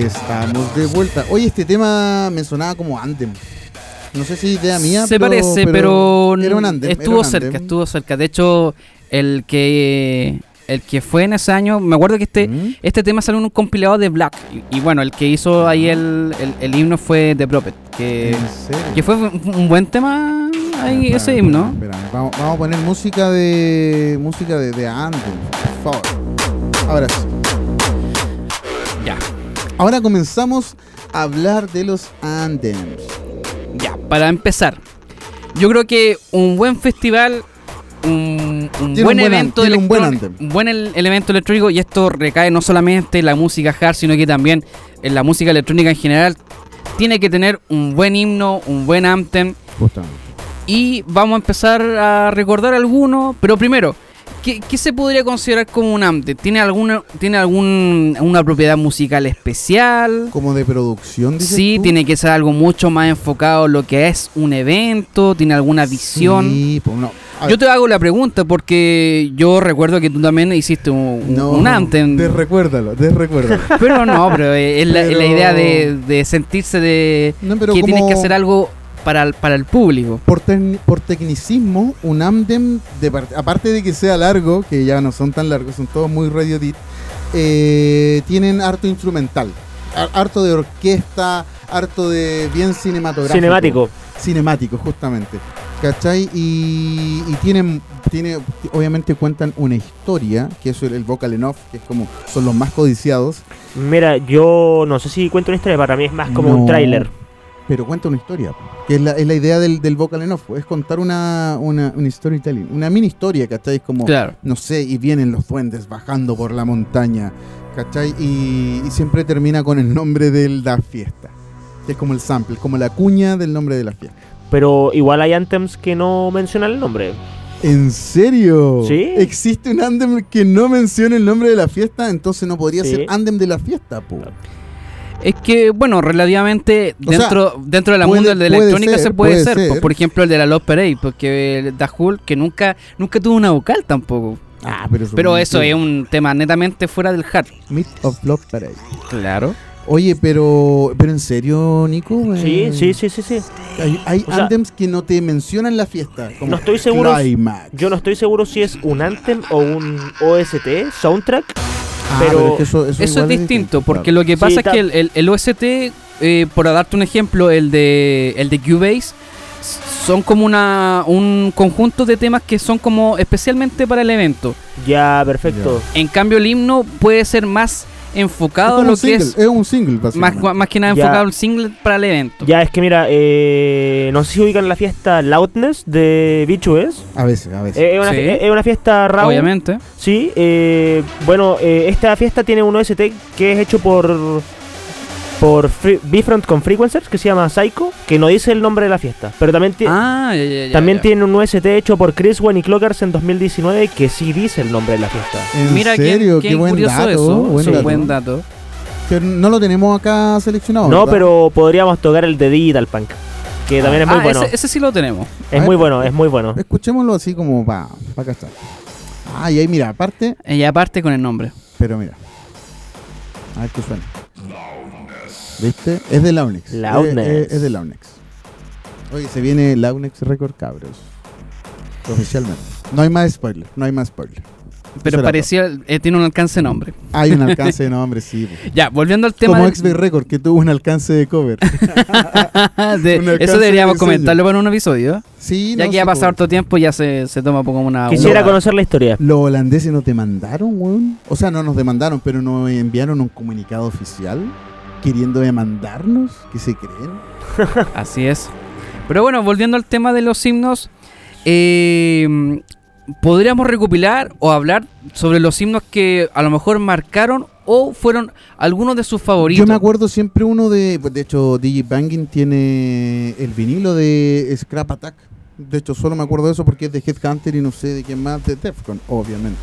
Estamos de vuelta. Oye, este tema me sonaba como Andem. No sé si idea mía,
Se
ah, pero,
parece, pero,
era un Andem. era
estuvo
un
cerca,
Andem.
estuvo cerca. De hecho, el que el que fue en ese año, me acuerdo que este
¿Mm? Ah.
este tema salió en un compilado de Black. Y, y bueno, el que hizo ahí el, el, el himno fue The Prophet, que,
¿En serio? Ah,
que fue un un buen tema ahí,
Espérame,
ese
espérame,
himno.
espérame. Vamos, vamos a poner música de. música de, de Andem, por favor. Ahora sí.
Ya,
Ahora comenzamos a hablar de los Andems.
ya, para empezar. Yo creo que un buen festival, un, un buen,
Tiene un buen an-
evento
tiene un buen
electrónico-
anthem.
un buen el- elemento electrónico, y esto recae no solamente en la música hard, sino que también en la música electrónica en general, tiene que tener un buen himno, un buen anthem,
Justamente.
y vamos a empezar a recordar algunos, pero primero, ¿qué, qué se podría considerar como un anthem? ¿Tiene alguna, tiene algún, una propiedad musical especial?
Como de producción, dices
Sí,
tú?
tiene que ser algo mucho más enfocado en lo que es un evento, tiene alguna visión.
Sí, pues no. A
Yo
ver,
te hago la pregunta porque yo recuerdo que tú también hiciste un, un-
no,
un anthem.
Desrecuérdalo, desrecuérdalo.
Pero no, pero eh, es la, es la
Pero-
idea de, de sentirse de
No, pero
que tienes
como-
que hacer algo para el, para el público.
por, tec- por tecnicismo, un Amdem, de par- aparte de que sea largo, que ya no son tan largos, son todos muy radio edit, eh, tienen harto instrumental, har- harto de orquesta, harto de bien cinematográfico.
Cinemático.
Cinemático, justamente. ¿Cachai? Y, y tienen, tiene, obviamente cuentan una historia, que es el, el vocal en off, que es como, son los más codiciados,
Mira, yo no sé si cuento una historia, para mí es más como
No.
un tráiler.
pero cuenta una historia, que es la, es la idea del, del vocal en off, es contar una, una, una storytelling, una mini historia, ¿cachai? Es como...
Claro.
no sé, y vienen los duendes bajando por la montaña, ¿cachai? Y, y siempre termina con el nombre de la fiesta, que es como el sample, como la cuña del nombre de la fiesta.
Pero igual hay anthems que no mencionan el nombre.
¿En serio?
Sí.
¿Existe un andem que no mencione el nombre de la fiesta? Entonces no podría
Sí.
ser andem de la fiesta, po.
Es que, bueno, relativamente
O sea,
dentro dentro de la
puede-
mundo de la
puede
electrónica
ser,
se puede,
puede
ser. pues,
ser.
Por, por ejemplo, el de la Love Parade, porque Dahul, que nunca nunca tuvo una vocal tampoco.
Ah, pero,
Pero eso es un tema netamente fuera del hard.
Meet of Love Parade.
Claro.
Oye, pero, pero en serio, Nico.
Sí,
Eh,
sí, sí, sí, sí.
Hay, hay
O sea,
anthems que no te mencionan la fiesta. Como
no estoy seguro-
Climax.
Yo no estoy seguro si es un anthem o un OST, soundtrack.
Ah,
pero-
es que eso
Eso es
igual
distinto, porque
claro.
lo que
Sí,
pasa es
ta-
que el, el- el OST, eh, por darte un ejemplo, el de, el de Cubase, s- son como una, un conjunto de temas que son como especialmente para el evento.
Ya, perfecto.
En cambio, el himno puede ser más enfocado a
como
lo
un
que
single,
es,
un single,
más,
básicamente.
más que nada
Ya.
enfocado al single para el evento.
Ya, es que mira, eh, no sé si ubican la fiesta Loudness de Bichues.
A veces, a veces.
Eh, es, una,
Sí.
eh, es una fiesta rara.
Obviamente.
Sí, eh, bueno, eh, esta fiesta tiene un OST que es hecho por por Fre- Bifront con Frequencers que se llama Psycho, que no dice el nombre de la fiesta, pero también ti-
Ah, ya, ya, ya,
también
ya.
tiene un OST hecho por Chris Wan y Clockers en 2019 que sí dice el nombre de la fiesta.
¿En
Mira quién-
serio?
quién
qué buen
curioso
dato.
eso.
buen
sí,
dato.
buen dato.
Pero no lo tenemos acá seleccionado.
No,
Oh, ¿verdad?
pero podríamos tocar el de Digital Punk, que también es muy
Ah,
bueno.
ese, ese sí lo tenemos.
Es muy bueno, es muy bueno.
Escuchémoslo así como para pa cachar. Ah, y ahí mira, aparte,
Y aparte con el nombre.
pero mira. A ver qué suena. ¿Viste? Es de Launex. Eh,
Launex.
eh, es de Launex. Oye, se viene Launex Record Cabros. Oficialmente. No hay más spoiler, no hay más spoiler.
Pero
Será
parecía, eh, tiene un alcance de nombre.
Hay un alcance de nombre, sí. po.
Ya, volviendo al tema.
Como
del-
XB Record, que tuvo un alcance de cover.
De-
Un alcance
eso deberíamos
de diseño.
comentarlo para un episodio.
Sí,
Ya
no
que ha
sé,
pasado
po.
harto tiempo, ya se, se toma como
Ah,
una.
Quisiera
una-
conocer la historia.
Los holandeses no te mandaron, weón. O sea, no nos demandaron, pero nos enviaron un comunicado oficial queriendo demandarnos. ¿Qué se creen?
Así es. Pero bueno, volviendo al tema de los himnos, eh, podríamos recopilar o hablar sobre los himnos que a lo mejor marcaron o fueron algunos de sus favoritos.
Yo me acuerdo siempre uno de. pues, De hecho, DJ Bangin tiene el vinilo de Scrap Attack. De hecho, solo me acuerdo de eso porque es de Headhunter y no sé de quién más, de Defcon, obviamente.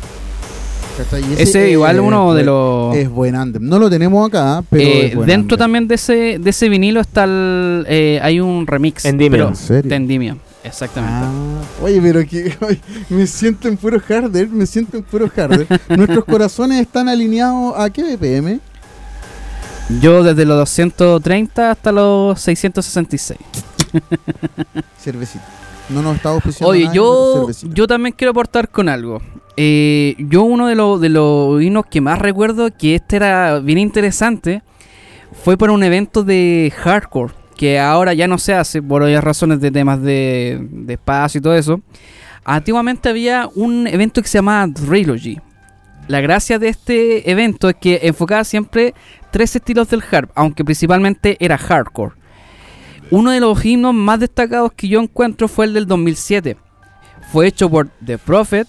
¿Cachai? Y
Ese
eh,
igual
es
uno de
buen-
los.
Es buen andem. No lo tenemos acá, pero.
eh,
es buen
dentro
andem.
también de ese, de ese vinilo está el. eh, hay un remix.
Endymion.
pero-
¿En serio?
de Endymion, exactamente.
Ah, oye, pero que oye, me siento en puro harder, me siento en puro harder. Nuestros corazones están alineados a qué BPM?
Yo desde los 230 hasta los 666.
Cervecita. No nos está auspiciando.
Oye,
nadie,
yo,
pero cervecita.
yo también quiero aportar con algo. Eh, yo uno de, los de los vinos que más recuerdo, que este era bien interesante, fue para un evento de hardcore, que ahora ya no se hace por varias razones de temas de, de espacio y todo eso. Antiguamente había un evento que se llamaba Trilogy. La gracia de este evento es que enfocaba siempre tres estilos del harp, aunque principalmente era hardcore. Uno de los himnos más destacados que yo encuentro fue el del 2007. Fue hecho por The Prophet,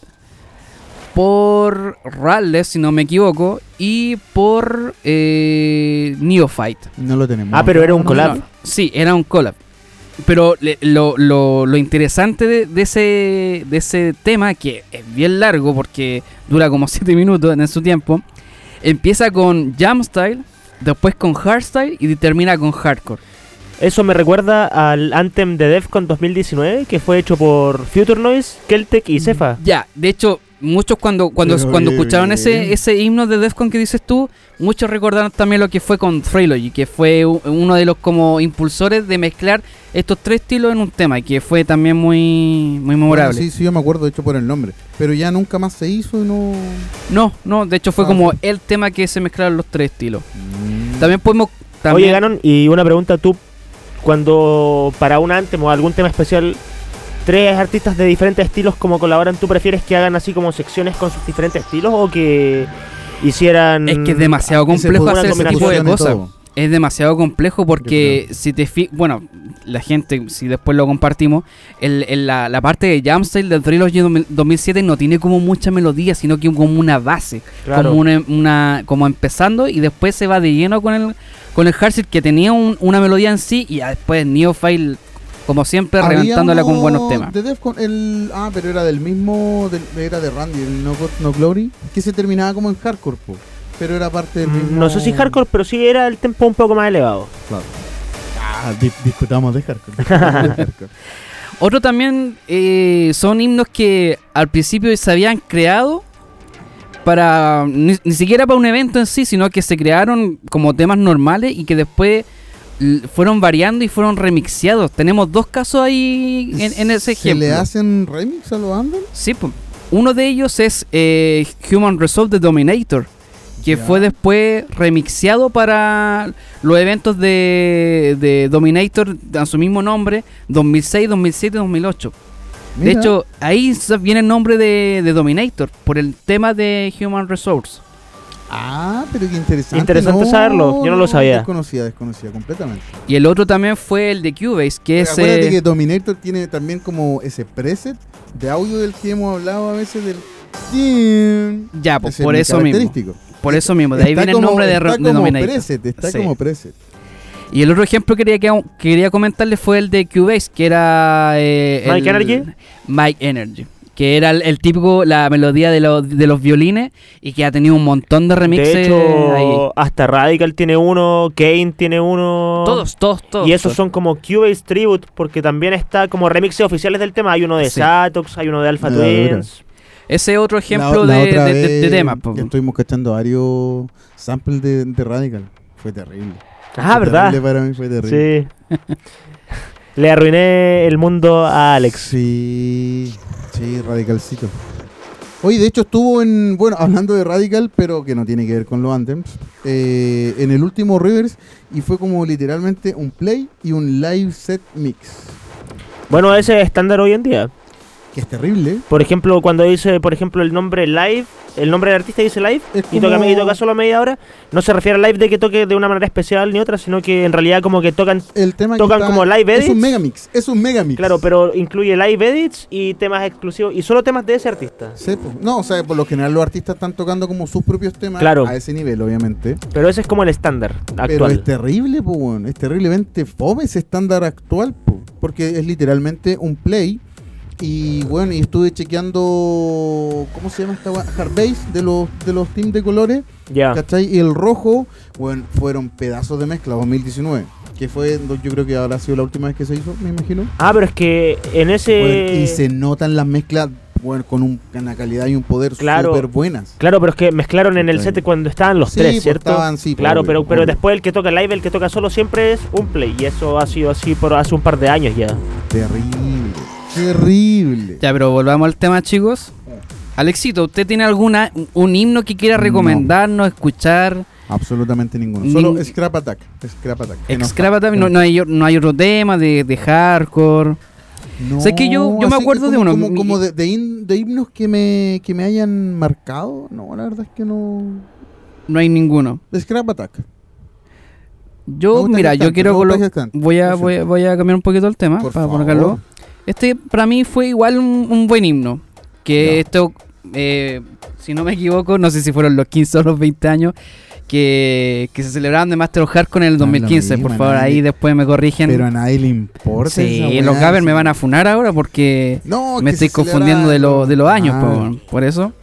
por Ralles, si no me equivoco, y por eh, Neophyte.
No lo tenemos.
Ah, pero era un
No,
collab.
No, sí, era un collab. Pero le- lo, lo- lo interesante de, de ese, de ese tema, que es bien largo porque dura como 7 minutos en su tiempo, empieza con jam style, después con hardstyle y termina con hardcore.
Eso me recuerda al Anthem de Defcon 2019, que fue hecho por Future Noise, Keltec
Mm.
y Cefa.
Ya, de hecho, muchos cuando cuando,
Pero
cuando
bien,
escucharon ese,
bien.
ese himno de Defcon que dices tú, muchos recordaron también lo que fue con Trilogy, que fue u- uno de los como impulsores de mezclar estos tres estilos en un tema, que fue también muy, muy memorable.
Bueno, sí, sí, yo me acuerdo, de hecho, por el nombre. Pero ya nunca más se hizo y no.
No, no, de hecho fue
Ah,
como
ok. Mm.
el tema que se mezclaron los tres estilos. También podemos...
Oye,
También,
Ganon, y una pregunta tú. Cuando para un Anthem o algún tema especial, tres artistas de diferentes estilos como colaboran, ¿tú prefieres que hagan así como secciones con sus diferentes estilos o que hicieran...
es que es demasiado
que se
complejo
ponga
hacer ese
una
tipo de
combinación de
cosas.
todo.
Es demasiado complejo porque si te fi bueno, la gente, si después lo compartimos, el, el- la, la parte de Jamstyle del Trilogy 2000 2007 no tiene como mucha melodía, sino que como una base,
Claro.
como una, una- como empezando y después se va de lleno con el con el Hardstyle que tenía un- una melodía en sí y ya después Neofile como siempre
Había
reventándola con
uno
buenos temas.
De Defcon, el, ah, pero era del mismo. del- era de Randy, el No God, No Glory. Que se terminaba como en hardcore, po. Pero era parte del mismo.
Mm, No sé si hardcore, pero sí era el tempo un poco más elevado.
Claro. Ah, di- discutamos de hardcore. discutamos de hardcore.
Otro también eh, son himnos que al principio se habían creado para ni, ni siquiera para un evento en sí, sino que se crearon como temas normales y que después l- fueron variando y fueron remixeados. Tenemos dos casos ahí en, en ese
¿Se
ejemplo.
le hacen remix a los Andal?
Sí, po. uno de ellos es eh, Human Resolve de Dominator, que
Ya.
fue después remixeado para los eventos de, de Dominator a su mismo nombre, 2006, 2007, 2008. De
Mira.
hecho, ahí sa- viene el nombre de, de Dominator, por el tema de Human Resource.
Ah, pero qué interesante.
Interesante saberlo, yo no lo sabía.
Desconocida, desconocida completamente.
Y el otro también fue el de Cubase, que
Pero
es...
Acuérdate
eh,
que Dominator tiene también como ese preset de audio del que hemos hablado a veces del.
Ya, pues,
Ese
por
es muy
eso mismo.
característico.
Por eso mismo, de ahí
Está
viene
como-
el nombre de,
está
Ro- de
como
Dominator.
Preset, está
Sí.
como preset.
Y el otro ejemplo que quería, que quería comentarles fue el de Cubase, que era... eh, el-
Mike Energy.
Mike Energy. Que era el, el típico, la melodía de, los- de los violines y que ha tenido un montón de remixes.
de
ahí.
hecho, hasta Radical tiene uno, Kane tiene uno.
Todos, todos, todos.
Y esos son como Cubase Tribute, porque también está como remixes oficiales del tema. Hay uno de
Sí.
Satox, hay uno de Alpha
Ah,
Twins.
Ese otro ejemplo
La- la
de,
otra
de, de- de
vez
temas. po.
que estuvimos cachando varios samples de, de Radical. Fue terrible.
Ah,
Fue
¿verdad?
terrible para mí fue terrible.
Sí. Le arruiné el mundo a Alex.
Sí, sí, radicalcito. Oye, de hecho estuvo en, bueno, hablando de Radical, pero que no tiene que ver con los Anthems, eh, en el último Rivers y fue como literalmente un play y un live set mix.
Bueno, ese es estándar hoy en día.
Que es terrible. ¿eh?
Por ejemplo, cuando dice, por ejemplo, el nombre live, el nombre del artista dice live
Es
y, toca,
como-
y toca solo media hora, no se refiere al live de que toque de una manera especial ni otra, sino que en realidad como que tocan,
El tema que
Tocan como live
Es
edits.
un megamix, es un megamix.
claro, pero incluye live edits y temas exclusivos y solo temas de ese artista.
Sí, po. No, o sea, por lo general los artistas están tocando como sus propios temas
Claro.
a ese nivel, obviamente.
Pero ese es como el estándar
Pero este
actual.
es terrible, po, weón. es terriblemente fome ese estándar actual, po. porque es literalmente un play. Y bueno, y estuve chequeando, ¿cómo se llama esta weá? Hardbase de los, de los teams de colores,
Ya.
¿cachai? Y el rojo, bueno, fueron pedazos de mezcla, 2019, que fue, do- yo creo que habrá sido la última vez que se hizo, me imagino.
Ah, pero es que en ese
Weón, y se notan las mezclas, weón, con un- una calidad y un poder
Claro.
súper buenas.
Claro, pero es que mezclaron en el
¿Cachai?
set cuando estaban los
Sí,
tres,
pues,
¿cierto?
estaban, sí, pues,
claro,
obvio,
pero, pero
obvio.
después el que toca live, el que toca solo siempre es un play. Y eso ha sido así por hace un par de años ya.
Terrible. Terrible.
Ya, pero volvamos al tema, chicos. Alexito, ¿usted tiene alguna un himno que quiera recomendarnos, escuchar?
Absolutamente ninguno. Solo
Nin-
Scrap Attack. Scrap Attack. que no está,
Excrapa
que
también, no, no hay, no hay otro tema de, de hardcore.
No,
Sé que yo- yo me
así
acuerdo de
como-
uno,
Como,
mi-
como de, de hin- de himnos que me, que me hayan marcado. No, la verdad es que no.
No hay ninguno.
Scrap Attack. Me
Yo,
gusta
mira,
Jack
yo
Tank,
quiero
me gusta
colo-
Jack Tank.
voy a, voy, a-
Perfecto.
voy a cambiar un poquito el tema
Por
Ah, para
favor.
colocarlo. Este para mí fue igual un, un buen himno. Que
Ya.
esto, eh, si no me equivoco, no sé si fueron los 15 o los 20 años que, que se celebraban de Master of Hardcore en el
No es Ah, lo
2015.
mismo,
Por favor,
nadie-
ahí después me corrigen.
Pero a nadie le importa. esa
sí,
weá,
los Gabber
sí.
me van a funar ahora porque
No,
me
que se
estoy confundiendo de,
celebra-
los de los años,
Ah,
po, weón, por eso.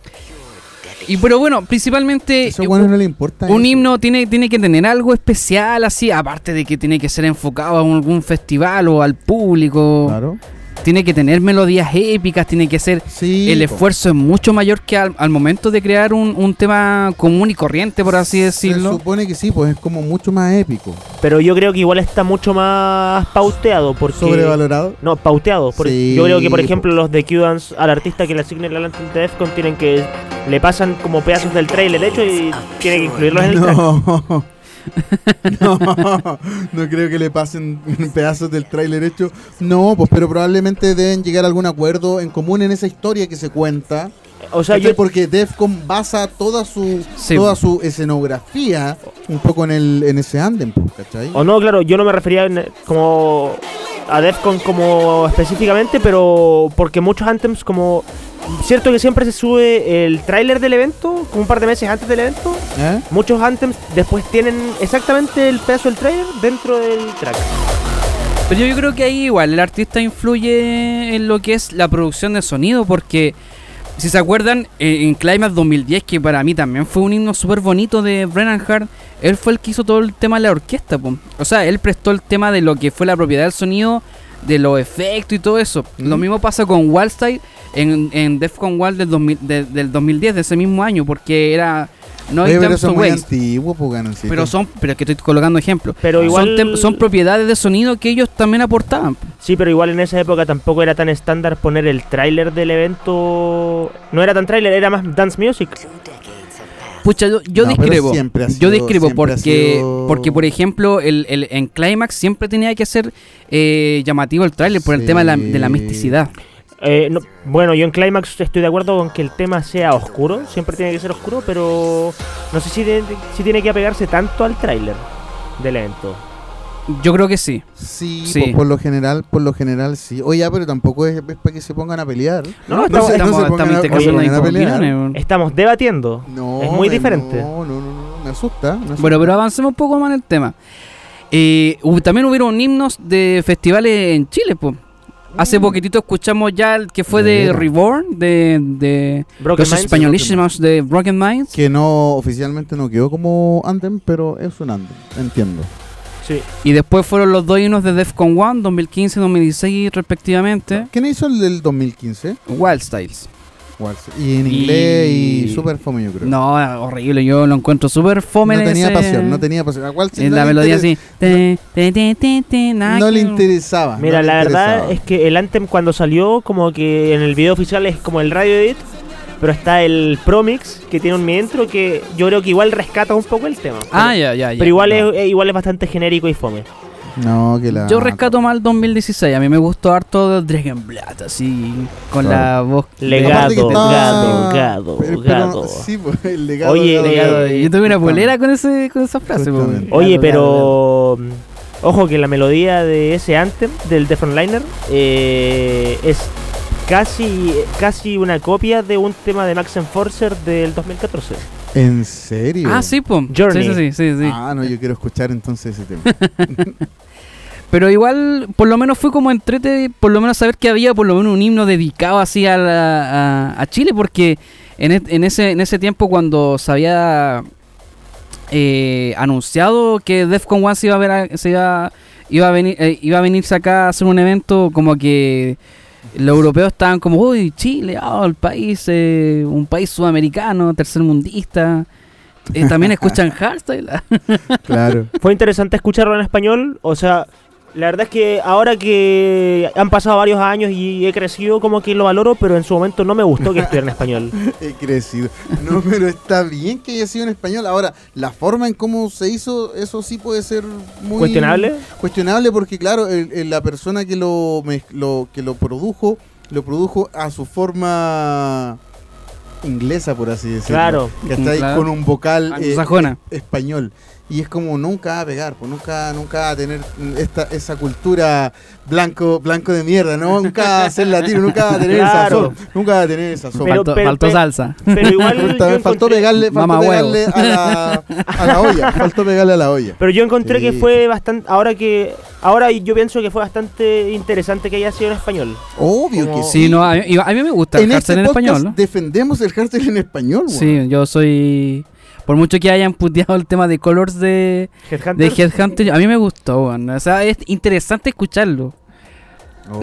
Y pero bueno, principalmente
Esos
eh,
weones no le importa.
un
eso.
himno tiene, tiene que tener algo especial así, aparte de que tiene que ser enfocado a un- algún festival o al público.
Claro.
Tiene que tener melodías épicas, tiene que ser...
Sí.
el
po.
esfuerzo es mucho mayor que al, al momento de crear un, un tema común y corriente, por así
Se
decirlo.
supone que sí, pues es como mucho más épico.
Pero yo creo que igual está mucho más pauteado. Porque,
Sobrevalorado.
No, pauteado. Porque
Sí, pues.
yo creo que, por
po.
ejemplo, los de Q-Dance al artista que le asignen la Lantern Defcon tienen que. Le pasan como pedazos del trailer hecho y tiene que incluirlos en el track.
No. no, no creo que le pasen pedazos del tráiler hecho. No, pues pero probablemente deben llegar a algún acuerdo en común en esa historia que se cuenta.
O sea,
¿Cachai?
yo.
porque Defcon basa toda su
Sí.
toda su escenografía un poco en el en ese andem, pues, ¿cachai?
O no, claro, yo no me refería en- como a Defcon como específicamente, pero porque muchos anthems como cierto que siempre se sube el tráiler del evento, como un par de meses antes del evento,
¿Eh?
muchos anthems después tienen exactamente el pedazo del tráiler dentro del track.
Pero yo, yo creo que ahí igual el artista influye en lo que es la producción de sonido, porque si se acuerdan, eh, en Climax 2010, que para mí también fue un himno súper bonito de Brennan Hart, él fue el que hizo todo el tema de la orquesta. po. O sea, él prestó el tema de lo que fue la propiedad del sonido, de los efectos y todo eso. Lo mismo pasa con Wildstyle en, en Defcon Wild del, 2000 de- del 2010, de ese mismo año, porque era No
Oye,
Time
pero
to
eso es muy
Waste.
antiguo, pues, ganancito.
Pero son, pero es que estoy colocando ejemplos.
Pero
son,
igual-
tem- son propiedades de sonido que ellos también aportaban.
Sí, pero igual en esa época tampoco era tan estándar poner el tráiler del evento. No era tan tráiler, era más dance music.
Pucha, yo, yo
No, pero
discrepo.
siempre ha
yo
sido-
discrepo
siempre ha
porque,
sido-
porque por ejemplo, el, el- en Climax siempre tenía que ser eh, llamativo el tráiler por el
Sí.
tema de la, de la misticidad.
Eh, no- bueno, yo en Climax estoy de acuerdo con que el tema sea oscuro, siempre tiene que ser oscuro, pero no sé si, tiene- si tiene que apegarse tanto al tráiler del evento.
Yo creo que sí.
Sí,
Sí.
po- Por, lo general, por lo general sí. Oye, pero tampoco es, es para que se pongan a pelear.
No,
No,
estamos,
estamos,
se-
estamos,
se pongan
estamos
a-
intercambiando
no se pongan a
opiniones,
pelear.
weón.
estamos debatiendo.
No,
es muy
me-
diferente.
No, no, no, no, me asusta. me asusta.
Bueno, pero avancemos un poco más en el tema. Eh, hubo- también hubieron himnos de festivales en Chile, pues. Hace
Mm.
poquitito escuchamos ya el que fue de
Mira.
Reborn, de, de
Broken
los
Minds.
españolísimos de Broken Minds.
que no oficialmente no quedó como Anthem, pero es un Anthem, entiendo.
Sí.
Y después fueron los dos himnos de Defcon 1, 2015 y 2016 respectivamente.
¿Quién hizo el del 2015?
Wild Styles.
Waltz. Y en inglés y,
Y-
super fome, yo creo.
No, horrible, yo lo encuentro súper fome.
No
en
tenía
ese-
pasión, no tenía pasión. A Waltz
en
no
la
le
melodía
interes-
así. Te- te- te- te- te- nada
No le
que- Ah,
interesaba. no
Mira,
le
la verdad
interesaba.
es que el Anthem cuando salió, como que en el video oficial es como el radio edit, pero está el Promix que tiene un mi intro que yo creo que igual rescata un poco el tema.
Ah, ya, ya, ya.
Pero igual,
ya.
es, eh, igual es bastante genérico y fome.
No, que la.
Yo rescato mal 2016, a mí me gustó harto Dragonblatt, así, con la voz
Legado,
Aparte que está-
gado, gado,
pero- pero-
gado.
Sí, pues, el legado.
Oye,
gado,
legado
gado.
de-
Yo tuve una polera con, ese, con esa frase. po,
Justamente.
weón.
Oye,
Claro,
pero mm, ojo que la melodía de ese anthem del Death Liner eh, es casi casi una copia de un tema de Max Enforcer del 2014.
¿En serio?
Ah, sí, po.
Journey.
Sí, sí, sí, sí, sí.
Ah, no, yo quiero escuchar entonces ese tema.
Pero igual, por lo menos fue como entrete, por lo menos saber que había por lo menos un himno dedicado así a, la- a- a Chile, porque en, e- en ese, en ese tiempo cuando se había eh, anunciado que Defcon One se iba a ver, a- se iba, iba a venir, eh, iba a venirse acá a hacer un evento como que Los europeos estaban como, uy, Chile, ah, el país, eh, un país sudamericano, tercermundista. Eh, también escuchan hardstyle.
Claro.
Fue interesante escucharlo en español. O sea, la verdad es que ahora que han pasado varios años y he crecido, como que lo valoro, pero en su momento no me gustó que estuviera en español.
He crecido. No, pero está bien que haya sido en español. Ahora, la forma en cómo se hizo, eso sí puede ser muy...
¿Cuestionable?
Cuestionable porque, claro, el- el- la persona que lo, mez- lo- que lo produjo, lo produjo a su forma inglesa, por así decirlo.
Claro.
Que está ahí
Claro. Ah,
con un vocal eh,
Anglosajona.
español. Y es como nunca va a pegar, pues nunca, nunca va a tener mm, esta, esa cultura blanco, blanco de mierda, ¿no? Nunca va a ser latino, nunca va a tener
Claro.
esa sopa. Nunca va a tener esa sopa.
Pero-
faltó,
pero-
faltó
pero-
salsa.
Pero igual. yo
Puta, me faltó
encontré-
pegarle, faltó
Mamá huevo.
pegarle a, la, a la olla. Faltó pegarle a la olla.
Pero yo encontré
Sí.
que fue bastante. Ahora que. Ahora yo pienso que fue bastante interesante que haya sido en español.
Obvio
Como-
que sí.
Sí, no, a mí, y a mí me gusta el
Oh, en este
hardstyle en
podcast
español. ¿no?
defendemos el hardstyle en español, weón.
Sí, yo soy... Por mucho que hayan puteado el tema de Colors de, de
Headhunter.
Headhunter, a mí me gustó, weón. O sea, es interesante escucharlo.
Oh,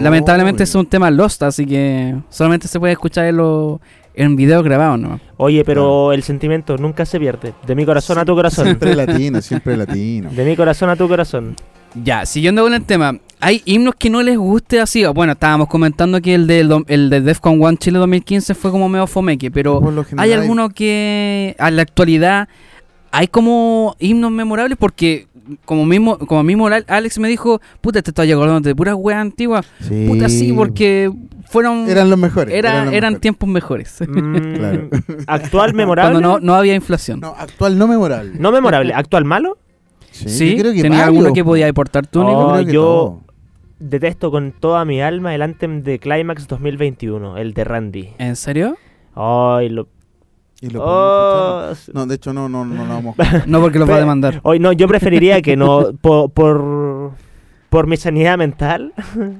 Lamentablemente es
Obvio.
un tema lost, así que solamente se puede escuchar en, lo, en video grabado, ¿no?
Oye, pero el sentimiento nunca se pierde. De mi corazón a tu corazón.
Siempre latino, siempre latino.
De mi corazón a tu corazón.
Ya, siguiendo con el tema, hay himnos que no les guste así. Bueno, estábamos comentando que el de, do- el de Defcon 1 Chile 2015 fue como medio fomeque, pero
Por lo general
hay alguno que a la actualidad hay como himnos memorables porque como mismo como mismo Al- Alex me dijo, puta, te estoy acordando de puras weas antiguas.
Sí.
Puta, sí, porque fueron
Eh, Eran los mejores.
era-
los
eran
mejores.
tiempos mejores.
Mm,
Claro.
Actual memorable.
Cuando
No,
no, no había inflación.
No, actual no memorable.
memorable. Actual malo.
Sí,
yo creo que
tenía
varios,
alguno que podía Ah, deportar tú, Nico.
Oh,
creo que
yo-
todo.
Detesto con toda mi alma el anthem de Climax 2021, el de Randy.
¿En serio?
Ay, lo.
Y lo
Oh,
Ah,
podemos escuchar, ¿no? No, de hecho no, no, no, no vamos.
No, porque los va a demandar.
Hoy no, yo preferiría que no. po- por, por mi sanidad mental.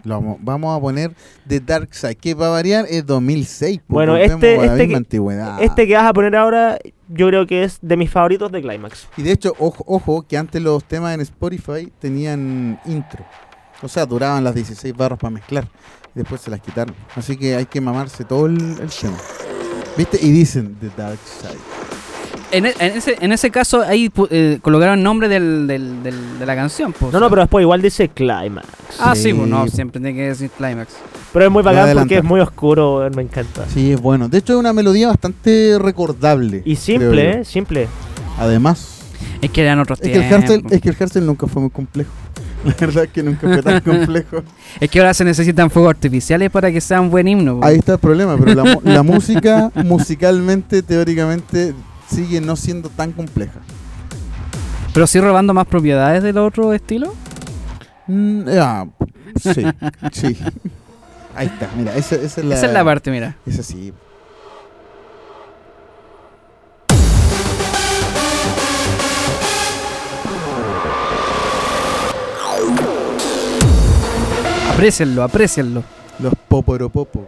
Lo vamos, vamos a poner The Dark Side, que va a variar es 2006. pues,
Bueno,
volvemos
este-
a la
este
misma
que-
antigüedad.
Este que vas a poner ahora, yo creo que es de mis favoritos de Climax.
Y de hecho, ojo, ojo, que antes los temas en Spotify tenían intro. O sea, duraban las 16 barras para mezclar. Y después se las quitaron. Así que hay que mamarse todo el, el tema. ¿Viste? Y dicen The Dark Side.
En, e- en ese, en ese caso, ahí pu- eh, colocaron el nombre del, del- del- de la canción. po, o
No,
sea.
no, pero después igual dice Climax.
Ah, sí,
Sí,
pues, no,
po.
siempre tiene que decir Climax.
Pero es muy
Lo
bacán
adelanta.
porque es muy oscuro, weón, me encanta.
Sí, es bueno. De hecho, es una melodía bastante recordable. creo
Y simple,
yo.
¿eh? Simple.
Además.
Es que eran otros
Es que, el
tiempos.
Hansel, es que el Hansel nunca fue muy complejo. La verdad es que nunca fue tan complejo.
Es que ahora se necesitan fuegos artificiales para que sea un buen himno. pues. po.
Ahí está el problema, pero la, mu- la música, musicalmente, teóricamente, sigue no siendo tan compleja.
Pero sí robando más propiedades del otro estilo.
Mm, ah, sí, sí. Ahí está, mira, esa, esa es la...
Esa es la parte, mira.
Esa sí.
Aprecienlo, aprecienlo.
Los poporopopo.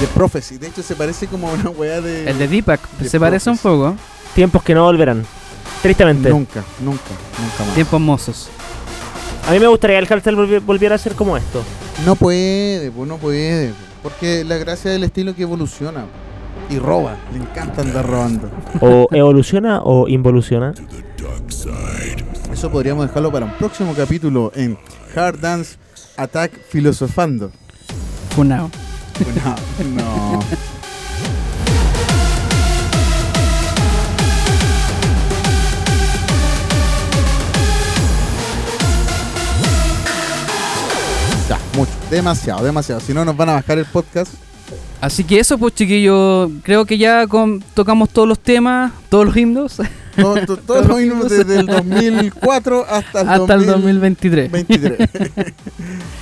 De Prophecy. De hecho, se parece como a una weá de...
El de Deepak
De
se parece un
Prophecy.
poco.
Tiempos que no volverán.
este.
Tristemente.
Nunca, nunca, nunca más.
Tiempos mozos.
A mí me gustaría que el Hardstyle volvi- volviera a ser como esto.
No puede, pues no puede. po. Porque la gracia del estilo es que evoluciona. po. Y roba. Le encanta andar robando.
O evoluciona o involuciona.
Eso podríamos dejarlo para un próximo capítulo en Hard Dance Attack Filosofando.
Funao.
No, no. Ya, mucho. Demasiado, demasiado. Si no, nos van a bajar el podcast.
Así que eso, pues chiquillos, creo que ya con- tocamos todos los temas, todos los himnos,
No, to- todos los himnos desde el 2004 hasta el,
hasta el
2000.
2023.
23. Así que, no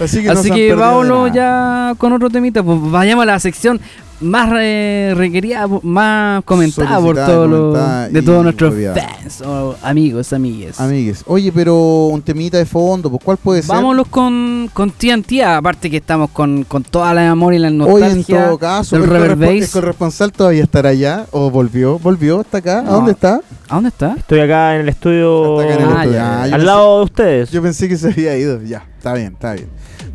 Así
se han
que
perdido de
vámonos
nada.
ya con otro temita, pues vayamos a la sección más eh, requerida, más comentada por
Solicitada,
todos
comentada
los de
y
todos nuestros
rodeada.
fans o amigos, amigues.
Amigues. Oye, pero un temita de fondo, pues ¿cuál puede ser?
Vámonos con, con tía tía, aparte que estamos con, con toda la memoria y la
Hoy
nostalgia.
en todo caso,
del
el,
Reverb
correspon- el
Bass.
corresponsal todavía estará allá. ¿O volvió? ¿Volvió? ¿Está acá? ¿A
No.
dónde está?
¿A dónde está?
Estoy acá en el estudio.
Está acá en el
Ah,
estudio.
ya, ya.
Ah, yo
Oh, al
pensé-
lado de ustedes.
Yo pensé que se había ido. Ya, está bien, está bien.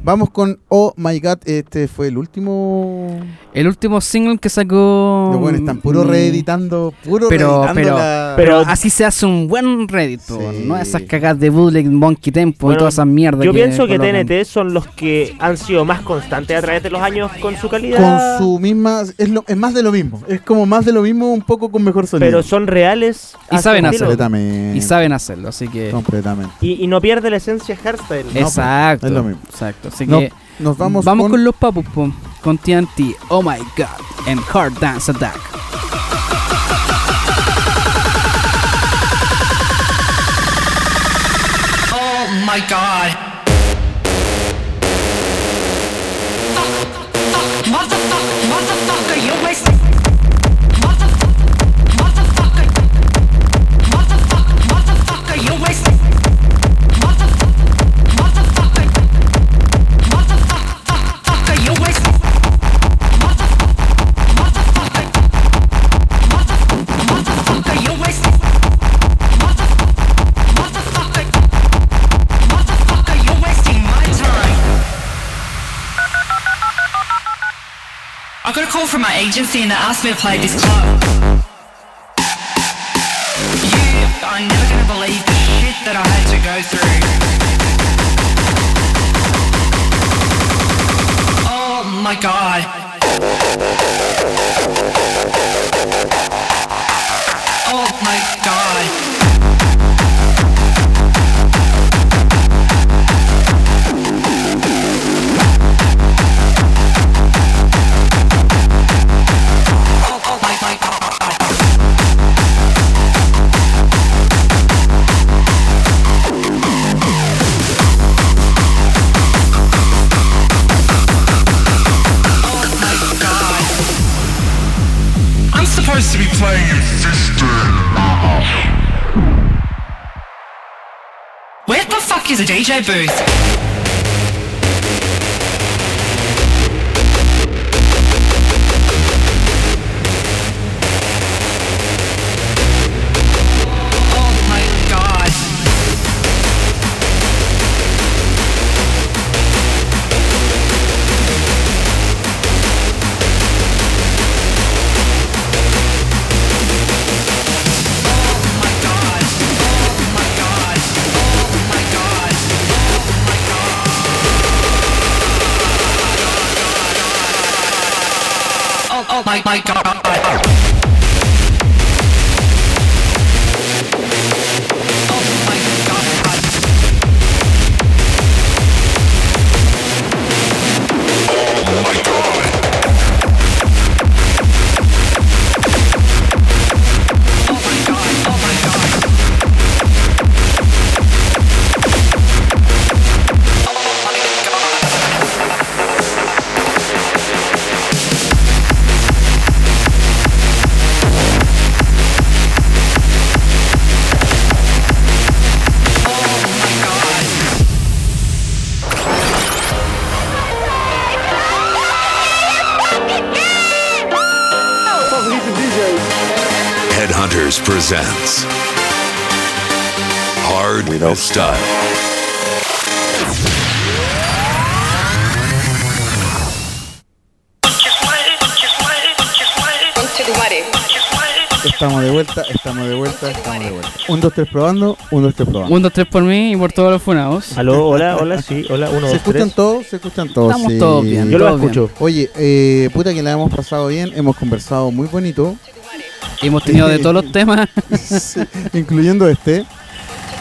Vamos con Oh My God. Este fue el último.
El último single que sacó.
Los buenos están puro
mm,
reeditando. Puro
Pero-
reeditando
pero-
la-
pero-
Pero así se hace un buen Reddit, po,
Sí.
no esas cagadas de bootleg, Monkey Tempo y
Bueno,
todas esas mierdas.
Yo pienso que
colocan.
TNT son los que han sido más constantes a través de los años con su calidad.
Con su misma. Es, lo- es más de lo mismo. Es como más de lo mismo, un poco con mejor sonido.
Pero son reales.
Y
a su
saben
estilo.
Completamente.
Y saben hacerlo, así que.
Completamente.
Y, y no pierde la esencia hardstyle.
pues,
exacto.
es lo mismo.
Exacto. Así
No,
que.
nos vamos,
con, los papus, po, con TNT. Oh my god. And Hard Dance Attack.
Oh my god.
Motherfucker, motherfucker, you waste. Motherfucker, motherfucker, motherfucker, motherfucker, you waste. Motherfucker, motherfucker, motherfucker, you waste. Motherfucker, motherfucker, motherfucker, you waste. Motherfucker, motherfucker, motherfucker, you wasting my time. I got a call from my agency and they asked me to play this club. You are never gonna believe the shit that I had to go through. Oh my god. Oh my god. Oh, oh my, my god. Oh my god. I'm supposed to be playing your sister. Where the fuck is a DJ booth? Oh my god. Oh, oh my, my god. Oh my god. Oh my god. Oh my god.
Headhunters presents Hard Style.
Estamos de vuelta, estamos de vuelta, estamos de vuelta. Un, dos, tres probando, un, dos, tres probando.
Un, dos, tres por mí y por todos los funados.
Aló, hola, hola, sí, hola, uno,
¿Se
dos,
escuchan
tres.
todos? ¿Se escuchan todos?
Estamos
sí.
todos bien.
Yo lo
todo bien.
escucho.
Oye, eh, puta que la hemos pasado bien, hemos conversado muy bonito,
Hemos tenido de todos los temas.
sí, incluyendo este.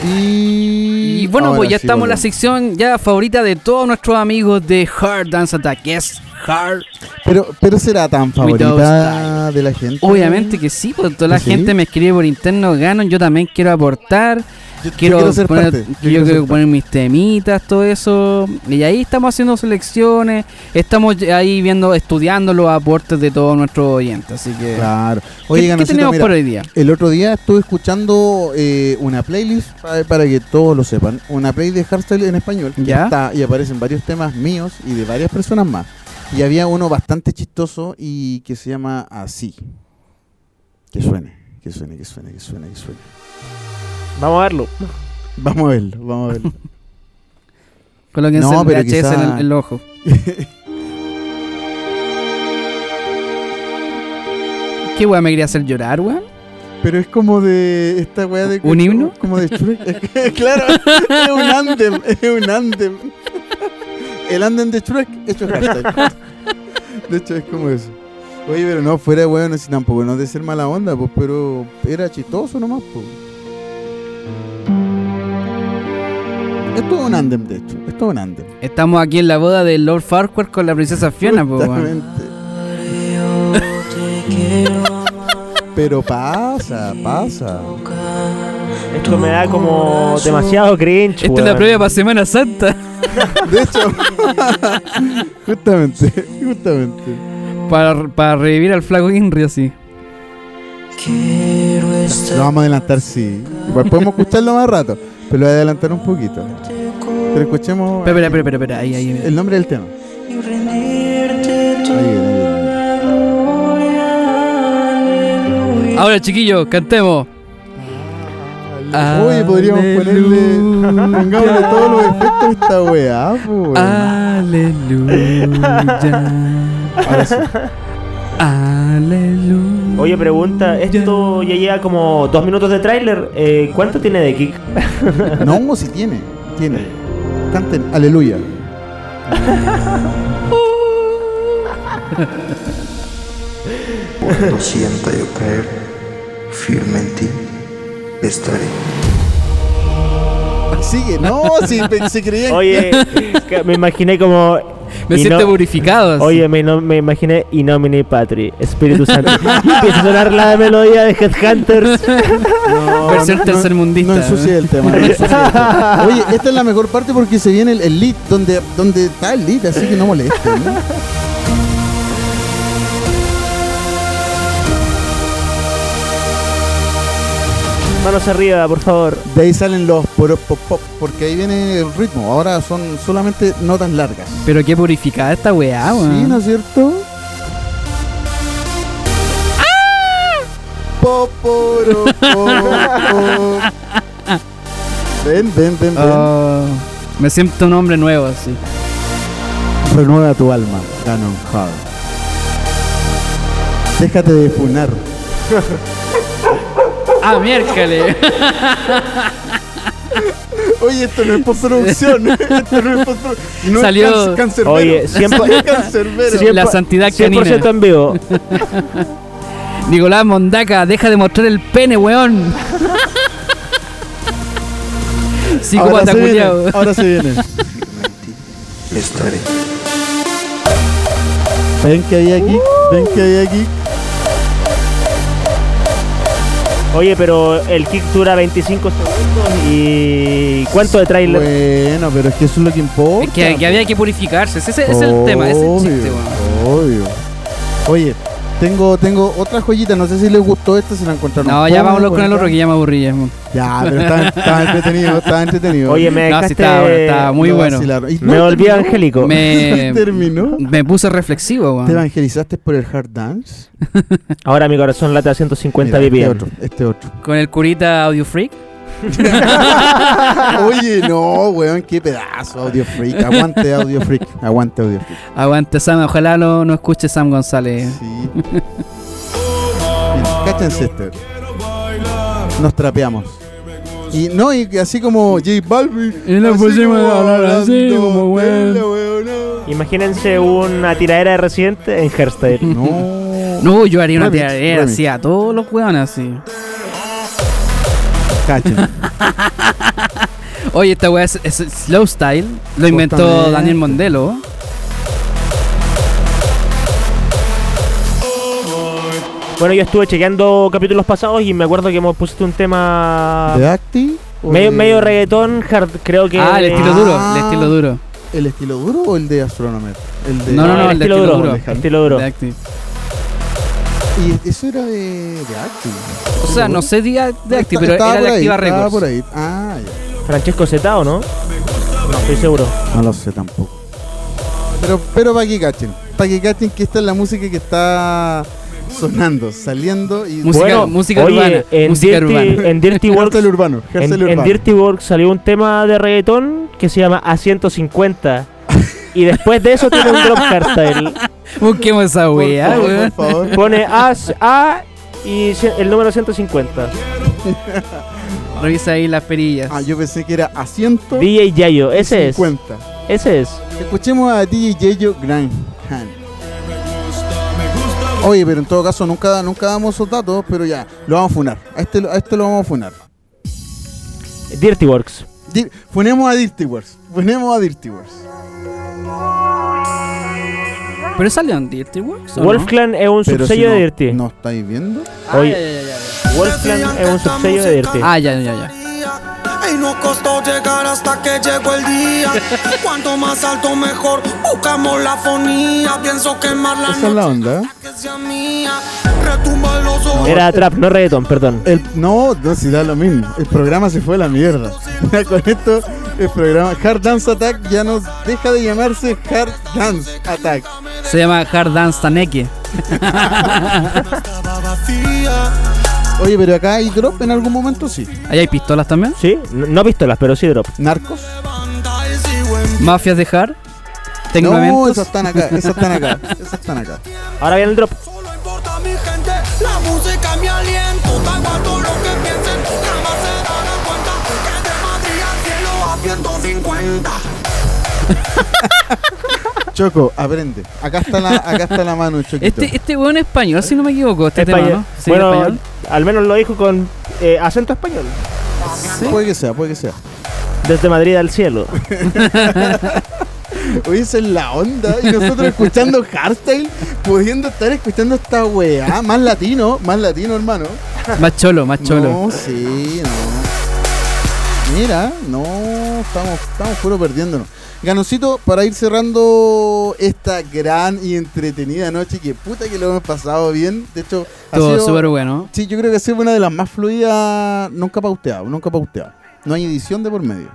Y,
Y bueno,
ahora
pues ya
sí
estamos en la
volvemos.
sección ya favorita de todos nuestros amigos de Hard Dance Attack, que es Hard.
Pero, pero será tan favorita
Without
de la gente.
Obviamente que sí, porque toda la
¿Sí?
gente me escribe por interno, gano, yo también quiero aportar.
Yo- yo
Quiero,
quiero ser
poner,
parte,
yo
yo quiero
quiero
ser parte.
poner mis temitas, todo eso. Y ahí estamos haciendo selecciones, estamos ahí viendo, estudiando los aportes de todos nuestros oyentes. Así que,
Claro.
¿qué,
Oye,
qué
Ganasito,
tenemos
mira,
por hoy día?
El otro día estuve escuchando eh, una playlist pa- para que todos lo sepan, una playlist de hardstyle en español. que
¿Ya?
está- y aparecen varios temas míos y de varias personas más. Y había uno bastante chistoso y que se llama así. Que suene, que suene, que suene, que suene, que suene.
Vamos a verlo.
Vamos a verlo, vamos a verlo.
Colóquense
No,
el
pero
VHS en el,
quizá-
el ojo. ¿Qué weá me quería hacer llorar, weón?
Pero es como de esta weá de
¿Un himno?
Como de Shrek. claro, es un andem, es un andem. El andem de Shrek hecho hashtag. De hecho es como eso. Oye, pero no, fuera de weón, así tampoco, no de ser mala onda, pues, pero era chistoso nomás, pues. Esto es un andem, de hecho. Esto es un andem.
Estamos aquí en la boda de Lord Farquhar con la princesa Fiona, po, pues, weón.
Justamente. Pero pasa, pasa.
Esto me da como demasiado cringe.
Esta es la
weón.
previa para Semana Santa.
De hecho, justamente, justamente.
Para, para revivir al flaco Henry así.
Lo vamos a adelantar, sí. Igual podemos escucharlo más rato, pero lo voy a adelantar un poquito. Pero escuchemos
Espera, espera, espera, espera, espera, ahí, ahí.
el nombre del tema. Ahí viene, ahí
Ahora, chiquillos, cantemos.
viene. Oye, podríamos ponerle. Pongámosle todos los efectos a esta weá, po, weón.
Aleluya.
Ahora sí.
Aleluya.
Oye, pregunta, esto ya lleva como dos minutos de tráiler. eh, ¿Cuánto tiene de kick?
No, si tiene. Tiene. Canten, aleluya.
Cuando sienta yo caer firme en ti, estaré.
Sigue, no, si se creían.
Oye, que me imaginé como...
Me
y
siento
no-
purificado. así.
Oye, me, no- me imaginé Inomini Patri, Espíritu Santo. y empieza a sonar la melodía de Headhunters.
No,
Versión tercermundista.
No ensucie el tema. no ensucie el tema. Oye, esta es la mejor parte porque se viene el, el lead, donde, donde está el lead, así que no molesten. ¿no?
Manos arriba, por favor.
De ahí salen los pop, pop, pop, porque ahí viene el ritmo. Ahora son solamente notas largas.
Pero qué purificada esta weá,
Sí,
weón.
¿no es cierto? ¡Ah! Poporo, popo. Ven, ven, ven, ven.
Oh, me siento un hombre nuevo así.
Renueva tu alma, Canon Hard. Déjate de funar.
Ah, miércoles.
Oye, esto no es postproducción. esto no es postproducción. No
Salió-
es cáncer,
Oye, siempre-
cancerbero.
Siempre- La santidad
100% en vivo.
Nicolás Mondaca, deja de mostrar el pene, weón. Psicópata
ahora, se viene,
culiao.
ahora se viene.
Firme en ti, estaré.
Ven que hay aquí. Ven que hay aquí.
Uh.
Oye, pero el kick dura 25 segundos y... ¿Cuánto de tráiler?
Bueno, pero es que eso es lo que importa.
Es que, que había que purificarse. Ese, ese es el tema, ese es el chiste, weón.
Obvio. Oye, tengo, tengo otra joyita. No sé si les gustó esta, se la encontraron.
No, ya
cómoda,
vámonos con el otro
bonita.
que ya me aburrí. ya, weón.
Ya, pero estaba, estaba entretenido, estaba entretenido.
Oye, me
No, sí,
dejaste...
estaba bueno, estaba muy
Lo
bueno.
vacilaron. Y no,
Me volví
terminó.
angélico.
Me,
¿Terminó?
me puse reflexivo,
¿Te
weón.
evangelizaste por el hard dance?
Ahora mi corazón late a 150
Mira,
BPM.
Este otro, este otro.
Con el curita Audio Freak.
Oye, no, weón, qué pedazo, Audio Freak. Aguante, Audio Freak. Aguante, Audio Freak.
Aguante, Sam. Ojalá lo, no escuche Sam González.
Sí. Mira, cáchense este. Nos trapeamos. Y no, y así como J Balvin.
Y nos
así
pusimos a hablar así,
hablando
como
tela,
weón.
weón,
Imagínense una tiradera de Residente en hairstyle.
No. No.
No, yo haría una
Remix,
tiradera
remix.
así a todos los weones así.
Cachen.
Oye, esta weá es, es slow style. Lo inventó
Justamente.
Daniel Mondelo.
Bueno, yo estuve chequeando capítulos pasados y me acuerdo que me pusiste un tema
¿De Acti? o
medio,
de-
medio reggaetón, hard, creo que...
Ah, el estilo
Ah,
duro, el estilo duro.
¿El estilo duro o el de Astronomer? El de...
No, no, no,
el
el de
estilo
estilo
duro.
duro.
el estilo duro.
de Acti.
Y eso era de, de Acti.
O sea, no sé de, Ac- de Acti,
Está-
pero
estaba
era de
por ahí,
Activa
estaba
Records.
por ahí. Ah, ya.
Francesco Zetao, ¿no? No estoy seguro.
No lo sé tampoco. Pero, pero para que cachen. Para que cachen que esta es la música que está sonando, saliendo y...
Música- música
oye,
urbana,
En
música
Dirty,
urbana.
En Dirty Works,
Cartel urbano.
en,
Cartel
en
urbano.
Dirty Works salió un tema de reggaetón que se llama A150. y después de eso tiene un drop cartel.
Busquemos esa
Por
weá,
favor,
weón.
por favor.
Pone A, A y cien- el número 150.
Revisa ahí las perillas.
Ah, yo pensé que era a 150.
DJ Yayo, ese es. Ese es.
Escuchemos a DJ Yeyo Grandhan. Oye, pero en todo caso nunca, nunca damos esos datos, pero ya, lo vamos a funar. A este, lo- a este lo vamos a funar.
Dirty Works.
Di- funemos a Dirty Wars. Funemos a Dirty Wars.
¿Pero salió en Dirty Works o no?
Wolf Clan es un
Pero si
subsello
no,
de Dirty.
¿No estáis viendo?
Ah,
Oye.
ya, ya, ya, ya.
Wolf Clan es un subsello de Dirty.
Ah, ya, ya, ya.
Y no costó llegar hasta que llegó el día. Cuanto más alto, mejor. Buscamos la fonía. Pienso quemar la
Esa es la
noche
onda. ¿eh?
que sea mía. Retumba en los
Ah,
ojos.
Era trap, no reggaetón, perdón.
El, no, no, si da lo mismo. El programa se fue a la mierda. Ya Con esto, el programa Hard Dance Attack ya nos deja de llamarse Hard Dance Attack.
Se llama Hard Dance Taneke.
Oye, pero acá hay drop en algún momento, sí.
¿Ahí hay pistolas también?
¿Sí? No, no pistolas, pero sí drop.
Narcos.
¿Mafias de Hard?
No,
¿Tecnamentos?
esas están acá, esas están acá, esas están acá.
Ahora viene el drop.
Este
Solo importa mi gente. La música mi aliento. Da igual todo lo que piensen. Jamás se darán cuenta que de Madrid al cielo a 150.
Choco, aprende. Acá está la, acá está la mano, Choquito.
Este, este weón es español, si no me equivoco, este
Español.
tema, ¿no? Sí,
bueno,
español.
al menos lo dijo con eh, acento español.
Puede que sea, puede que sea.
Desde Madrid al cielo.
Oye, esa es la onda. Y nosotros escuchando hardstyle, pudiendo estar escuchando esta weá. Más latino, más latino, hermano.
Más cholo, más cholo.
No, sí, no. Mira, no, estamos, estamos puro perdiéndonos. Ganoncito, para ir cerrando esta gran y entretenida noche, que puta que lo hemos pasado bien. De hecho, ha
Todo
sido-
súper bueno.
Sí, yo creo que ha sido una de las más fluidas, nunca pauteado, nunca pauteado. No hay edición de por medio.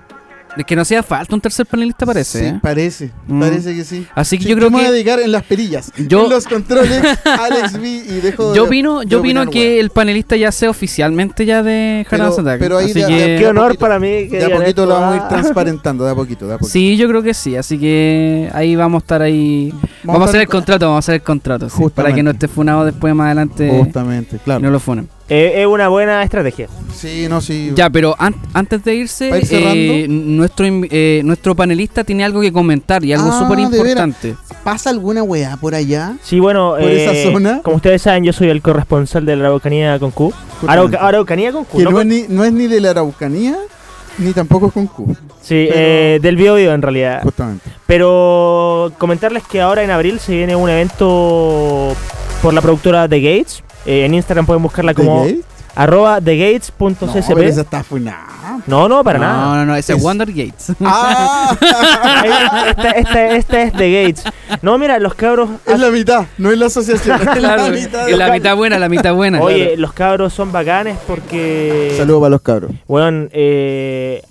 Es que no hacía falta un tercer panelista, parece.
Sí,
¿eh?
parece,
Mm.
parece que sí.
Así que
Sí,
yo creo
me voy a
que.
dedicar en las perillas,
Yo-
en los controles, Alex B y dejo de-
Yo opino,
de
yo opino
opinar,
que
weón.
el panelista ya sea oficialmente ya de Hard
Pero-
Dance Attack.
pero ahí
así
de-
que-
de-
Qué
a
honor
poquito,
para mí que
de a
digan
poquito
esto,
lo vamos a
ah.
ir transparentando, de a poquito, de a poquito.
Sí, yo creo que sí, así que ahí vamos a estar ahí. Vamos, a hacer el contrato, vamos a hacer el contrato. sí,
Justamente.
para que no esté funado después más adelante
Justamente,
y
claro.
no lo funen.
Eh, es una buena estrategia.
Sí, no, sí.
Ya, pero an- antes de irse,
¿Para ir
eh,
cerrando?
nuestro, inv- eh, nuestro panelista tiene algo que comentar y algo
Ah,
súper
de veras.
importante.
¿Pasa alguna weá por allá?
Sí, bueno,
Por
eh,
esa zona.
como ustedes saben, yo soy el corresponsal de la Araucanía con Q.
Justamente.
Arauca- Araucanía con Q.
Que
¿no?
no, es ni, no es ni de la Araucanía, ni tampoco es con Q,
Sí,
pero-
eh, del video en realidad.
Ah,
justamente.
Pero comentarles que ahora en abril se viene un evento por la productora The Gates. Eh, en Instagram pueden
ah,
buscarla como
¿De gay?
arroba
No, pero esa
thegates.csp.
está funada.
No, no, para
no,
nada.
no, no, ese es
Es-
Wonder Gates.
¡Ah!
Esta, esta- esta es The Gates. No, mira, los cabros.
es la mitad, no es la asociación. Es
Claro,
la mitad.
la mitad buena, la mitad buena.
Oye, los cabros son bacanes porque.
Saludos para los cabros.
Bueno,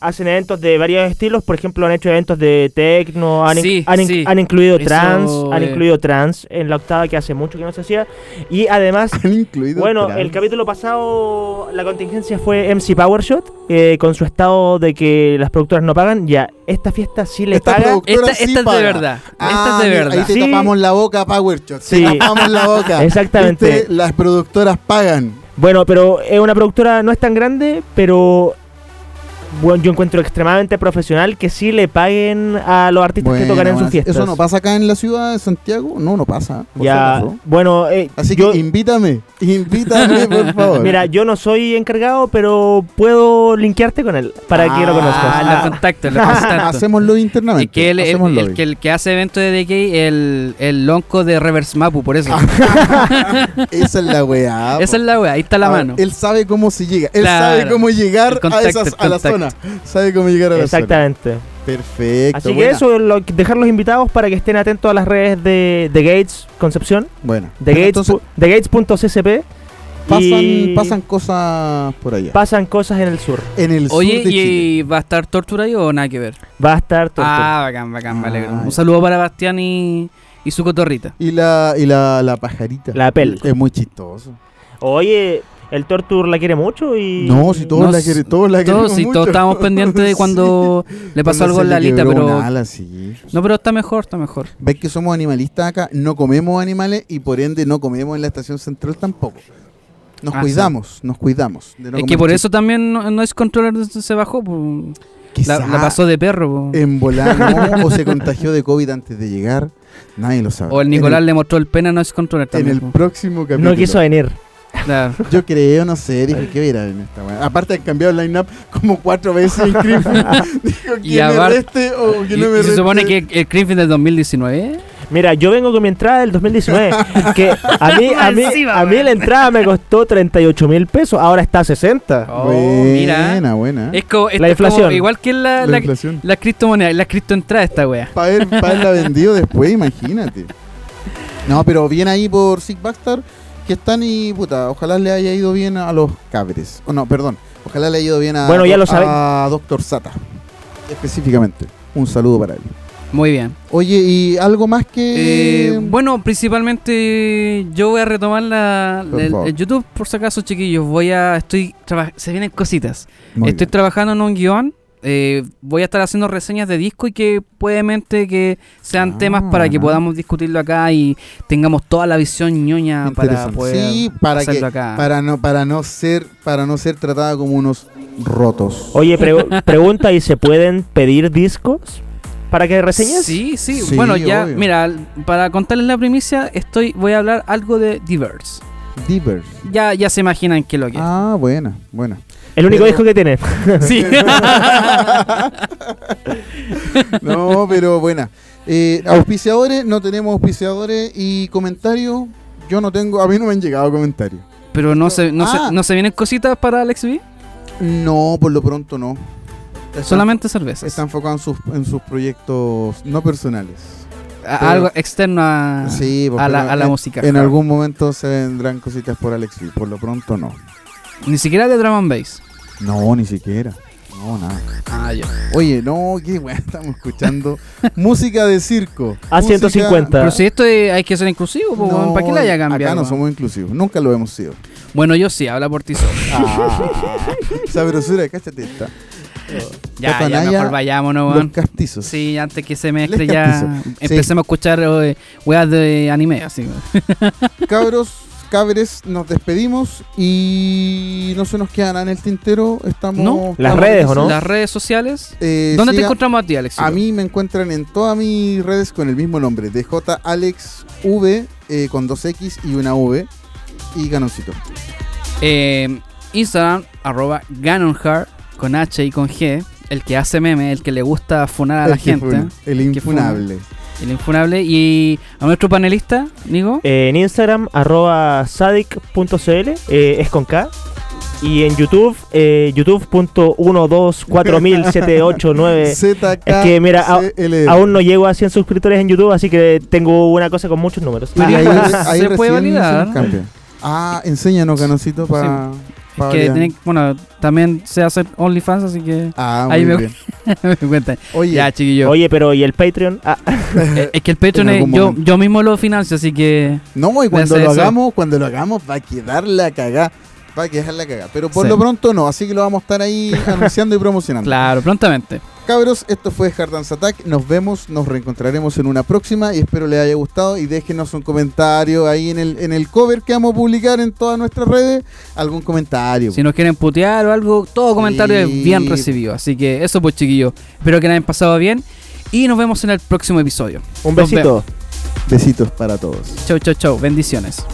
hacen eventos de varios estilos. Por ejemplo, han hecho eventos de techno, han, in-
Sí,
han in-
sí.
han incluido
Eso,
trans, han
eh.
incluido trans en la octava que hace mucho que no se hacía. Y además,
Han incluido.
bueno,
trans.
el capítulo pasado la contingencia fue MC Powershot eh, con su estado de que las productoras no pagan. Ya, esta fiesta sí le
Esta
paga.
productora
Esta- esta es de
paga.
verdad, esta
Ah,
es de
mira,
verdad.
Ahí te
Sí.
tapamos la boca, Powershot.
Sí.
Te tapamos la boca.
Exactamente.
Viste, Las productoras pagan.
Bueno, pero es una productora no es tan grande, pero bueno, yo encuentro extremadamente profesional que sí le paguen a los artistas que
Bueno,
tocan en sus
bueno,
fiestas.
Eso no pasa acá en la ciudad de Santiago. No, no pasa. por si
Ya,
acaso.
bueno, eh,
Así
yo-
que invítame. Invítame, por favor.
Mira, yo no soy encargado, pero puedo linkearte con él para que lo conozcas.
Ah, lo contacto, lo contacto.
Hacémoslo
Y
internamente.
que el, el-
hacemos
el
lobby.
que, el que hace eventos de DK, el, el lonco de Reverse Mapu, por eso.
Esa es la weá. Ah, po. Ah,
Esa es la wea, ahí está la
A ver,
mano.
Él sabe cómo se llega. Él
Claro.
sabe cómo llegar
El contacto,
a, esas,
el
a la zona.
contacto.
Sabe cómo llegar a la zona.
Exactamente.
Perfecto.
Así que
buena,
eso, lo- dejarlos invitados para que estén atentos a las redes de, de Gates Concepción,
Buena.
de
Bueno,
Gates,
entonces,
pu- de Gates.ccp.
pasan,
y
pasan cosas por allá.
pasan cosas en el sur.
en el
Oye,
sur de Chile.
¿y va a estar tortura ahí o nada que ver?
Va a estar todo.
Ah, bacán, bacán, me alegro.
Ah, ya.
Un saludo para Bastián y, y su cotorrita.
Y la, y la, la pajarita.
La pel.
Es muy chistoso.
Oye, el Tortur la quiere mucho y.
No, si todos
No,
la
si-
quieren, todos la
Todos,
queremos
sí, todos
mucho.
estábamos pendientes de
Sí.
cuando le pasó
Cuando
algo
se
en la
le
lista,
quebró
pero.
un ala, sí.
No, pero está mejor, está mejor.
Ves que somos animalistas acá, no comemos animales y por ende no comemos en la estación central tampoco. Nos
Ah,
cuidamos, nos cuidamos. de no
es que
comer
por
chi-
eso también no, no es controller se bajó. po. La,
quizá Eh,
la pasó de perro. po.
en volar ¿no? o se contagió de COVID antes de llegar, nadie lo sabe.
o el Nicolás
en
le mostró el pena no es controller
el, en
también.
el
po.
próximo capítulo.
No quiso venir.
Claro.
Yo creo, no sé, dije que era en esta weá. Aparte han cambiado el line-up como cuatro veces en Creep. Dijo que
Y
me
apar-
reste o que
Y-
no
y
me
se
reste.
supone que el Griffin del 2019.
Mira, yo vengo con mi entrada del 2019. que a mí, a mí, a mí la entrada me costó 38 mil pesos, ahora está a 60.
Oh,
buena,
mira.
buena.
Es como, esto
La
es como
inflación.
igual que la,
La
la,
inflación.
la criptomoneda, la criptoentrada esta wea.
para ver, pa' haberla vendido después, imagínate. No, pero bien ahí por Sig Baxter, que están y puta, ojalá le haya ido bien a los cabres. O no, perdón, ojalá le haya ido bien a,
Bueno, ya lo saben.
a Doctor Sata, específicamente. Un saludo para él.
Muy bien.
Oye, ¿y algo más que...?
Eh, bueno, principalmente yo voy a retomar la,
Por
el-
favor.
el YouTube por si acaso, chiquillos. Voy a, estoy, traba- se vienen cositas.
Muy
Estoy
bien.
trabajando en un guión. eh, voy a estar haciendo reseñas de disco y que puedemente que sean
Ah,
temas para que
bacán.
podamos discutirlo acá y tengamos toda la visión ñoña Ah, para
Interesante.
poder
sí, para
hacerlo
que
acá.
para no para no ser para no ser tratada como unos rotos.
Oye, pre- pregunta, ¿y se pueden pedir discos para que reseñes?
Sí, sí,
Sí,
Bueno, ya,
obvio.
mira, para contarles la primicia, estoy, voy a hablar algo de Diverse.
Divers.
Ya, ya se imaginan qué es lo que es.
Ah, buena, buena.
El único
Pero-
disco que tiene.
Ah.
Sí.
No, pero buena. Eh, auspiciadores, no tenemos auspiciadores y comentarios. Yo no tengo, a mí no me han llegado comentarios.
Pero no se, no,
Ah.
se, no se vienen cositas para Alex B.
No, por lo pronto no. Está-
Solamente cervezas.
Está enfocado en sus, en sus proyectos no personales.
A-
pero-
algo externo a,
sí,
a
porque
la, a la
en-
música.
En algún momento se vendrán cositas por Alex Lee, por lo pronto no.
Ni siquiera de drum and bass.
No, ni siquiera. No, nada.
Ah, ya.
Oye, no, qué weá, estamos escuchando música de circo.
A150.
Pero si esto es- hay que ser inclusivo, po,
Ah. No,
¿para qué la haya cambiado?
Acá no somos inclusivos, nunca lo hemos sido.
Bueno, yo sí, habla por ti solo.
Ah, sabrosura, cáchate esta.
ya, ya,
Catanaya,
mejor vayámonos,
Los
weón.
castizos.
Sí, antes que se mezcle
Les
ya
castizo.
empecemos a escuchar eh, weas de anime, así.
Cabros, cabres, nos despedimos y no se nos quedan en el tintero. Estamos.
No.
Las
estamos
redes, ¿o no?
Las redes sociales.
Eh,
¿Dónde te
sigan-
encontramos a ti, Alex?
A mí me encuentran en todas mis redes con el mismo nombre: DJ Alex V eh, con dos X y una V y ganoncito.
Eh, Instagram, arroba Ganonhard, con H y con G. El que hace meme, el que le gusta funar a la
El que
gente. ¿eh?
funa, el
que funa.
infunable.
El infunable. Y a nuestro panelista, Nico.
Eh,
Eh, En Instagram, arroba sadic.cl, eh, es con K. Y en YouTube, eh,
Eh,
youtube.1240789.
ZK.
Es que mira, a- Aún no llego a 100 suscriptores en YouTube, así que tengo una cosa con muchos números.
Ah,
ahí,
ahí
se
se puede
puede
validar.
Ah, enséñanos, Ganoncito, para.
que tiene- bueno, también se hace OnlyFans, así que
Ah,
ahí
muy
me-
bien.
me cuentan.
Oye,
Ya, chiquillo.
Oye, pero ¿y el Patreon? Ah,
Eh, es que el Patreon
En
es-
algún
yo,
momento.
yo mismo lo financio, así que
no, y cuando
Ese-
lo
ese.
hagamos, cuando lo hagamos, va a quedar la cagada. Va a quedar la cagada. Pero por
Sí.
lo pronto no, así que lo vamos a estar ahí anunciando y promocionando.
claro, prontamente.
Cabros, esto fue Hard Dance Attack. Nos vemos, nos reencontraremos en una próxima y espero les haya gustado. Y déjenos un comentario ahí en el, en el cover que vamos a publicar en todas nuestras redes. Algún comentario.
Si nos quieren putear o algo, todo comentario
Sí.
es bien recibido. Así que eso pues chiquillos. Espero que la hayan pasado bien. Y nos vemos en el próximo episodio.
Un
Nos vemos.
besito.
Besitos para todos.
Chau, chau, chau. Bendiciones.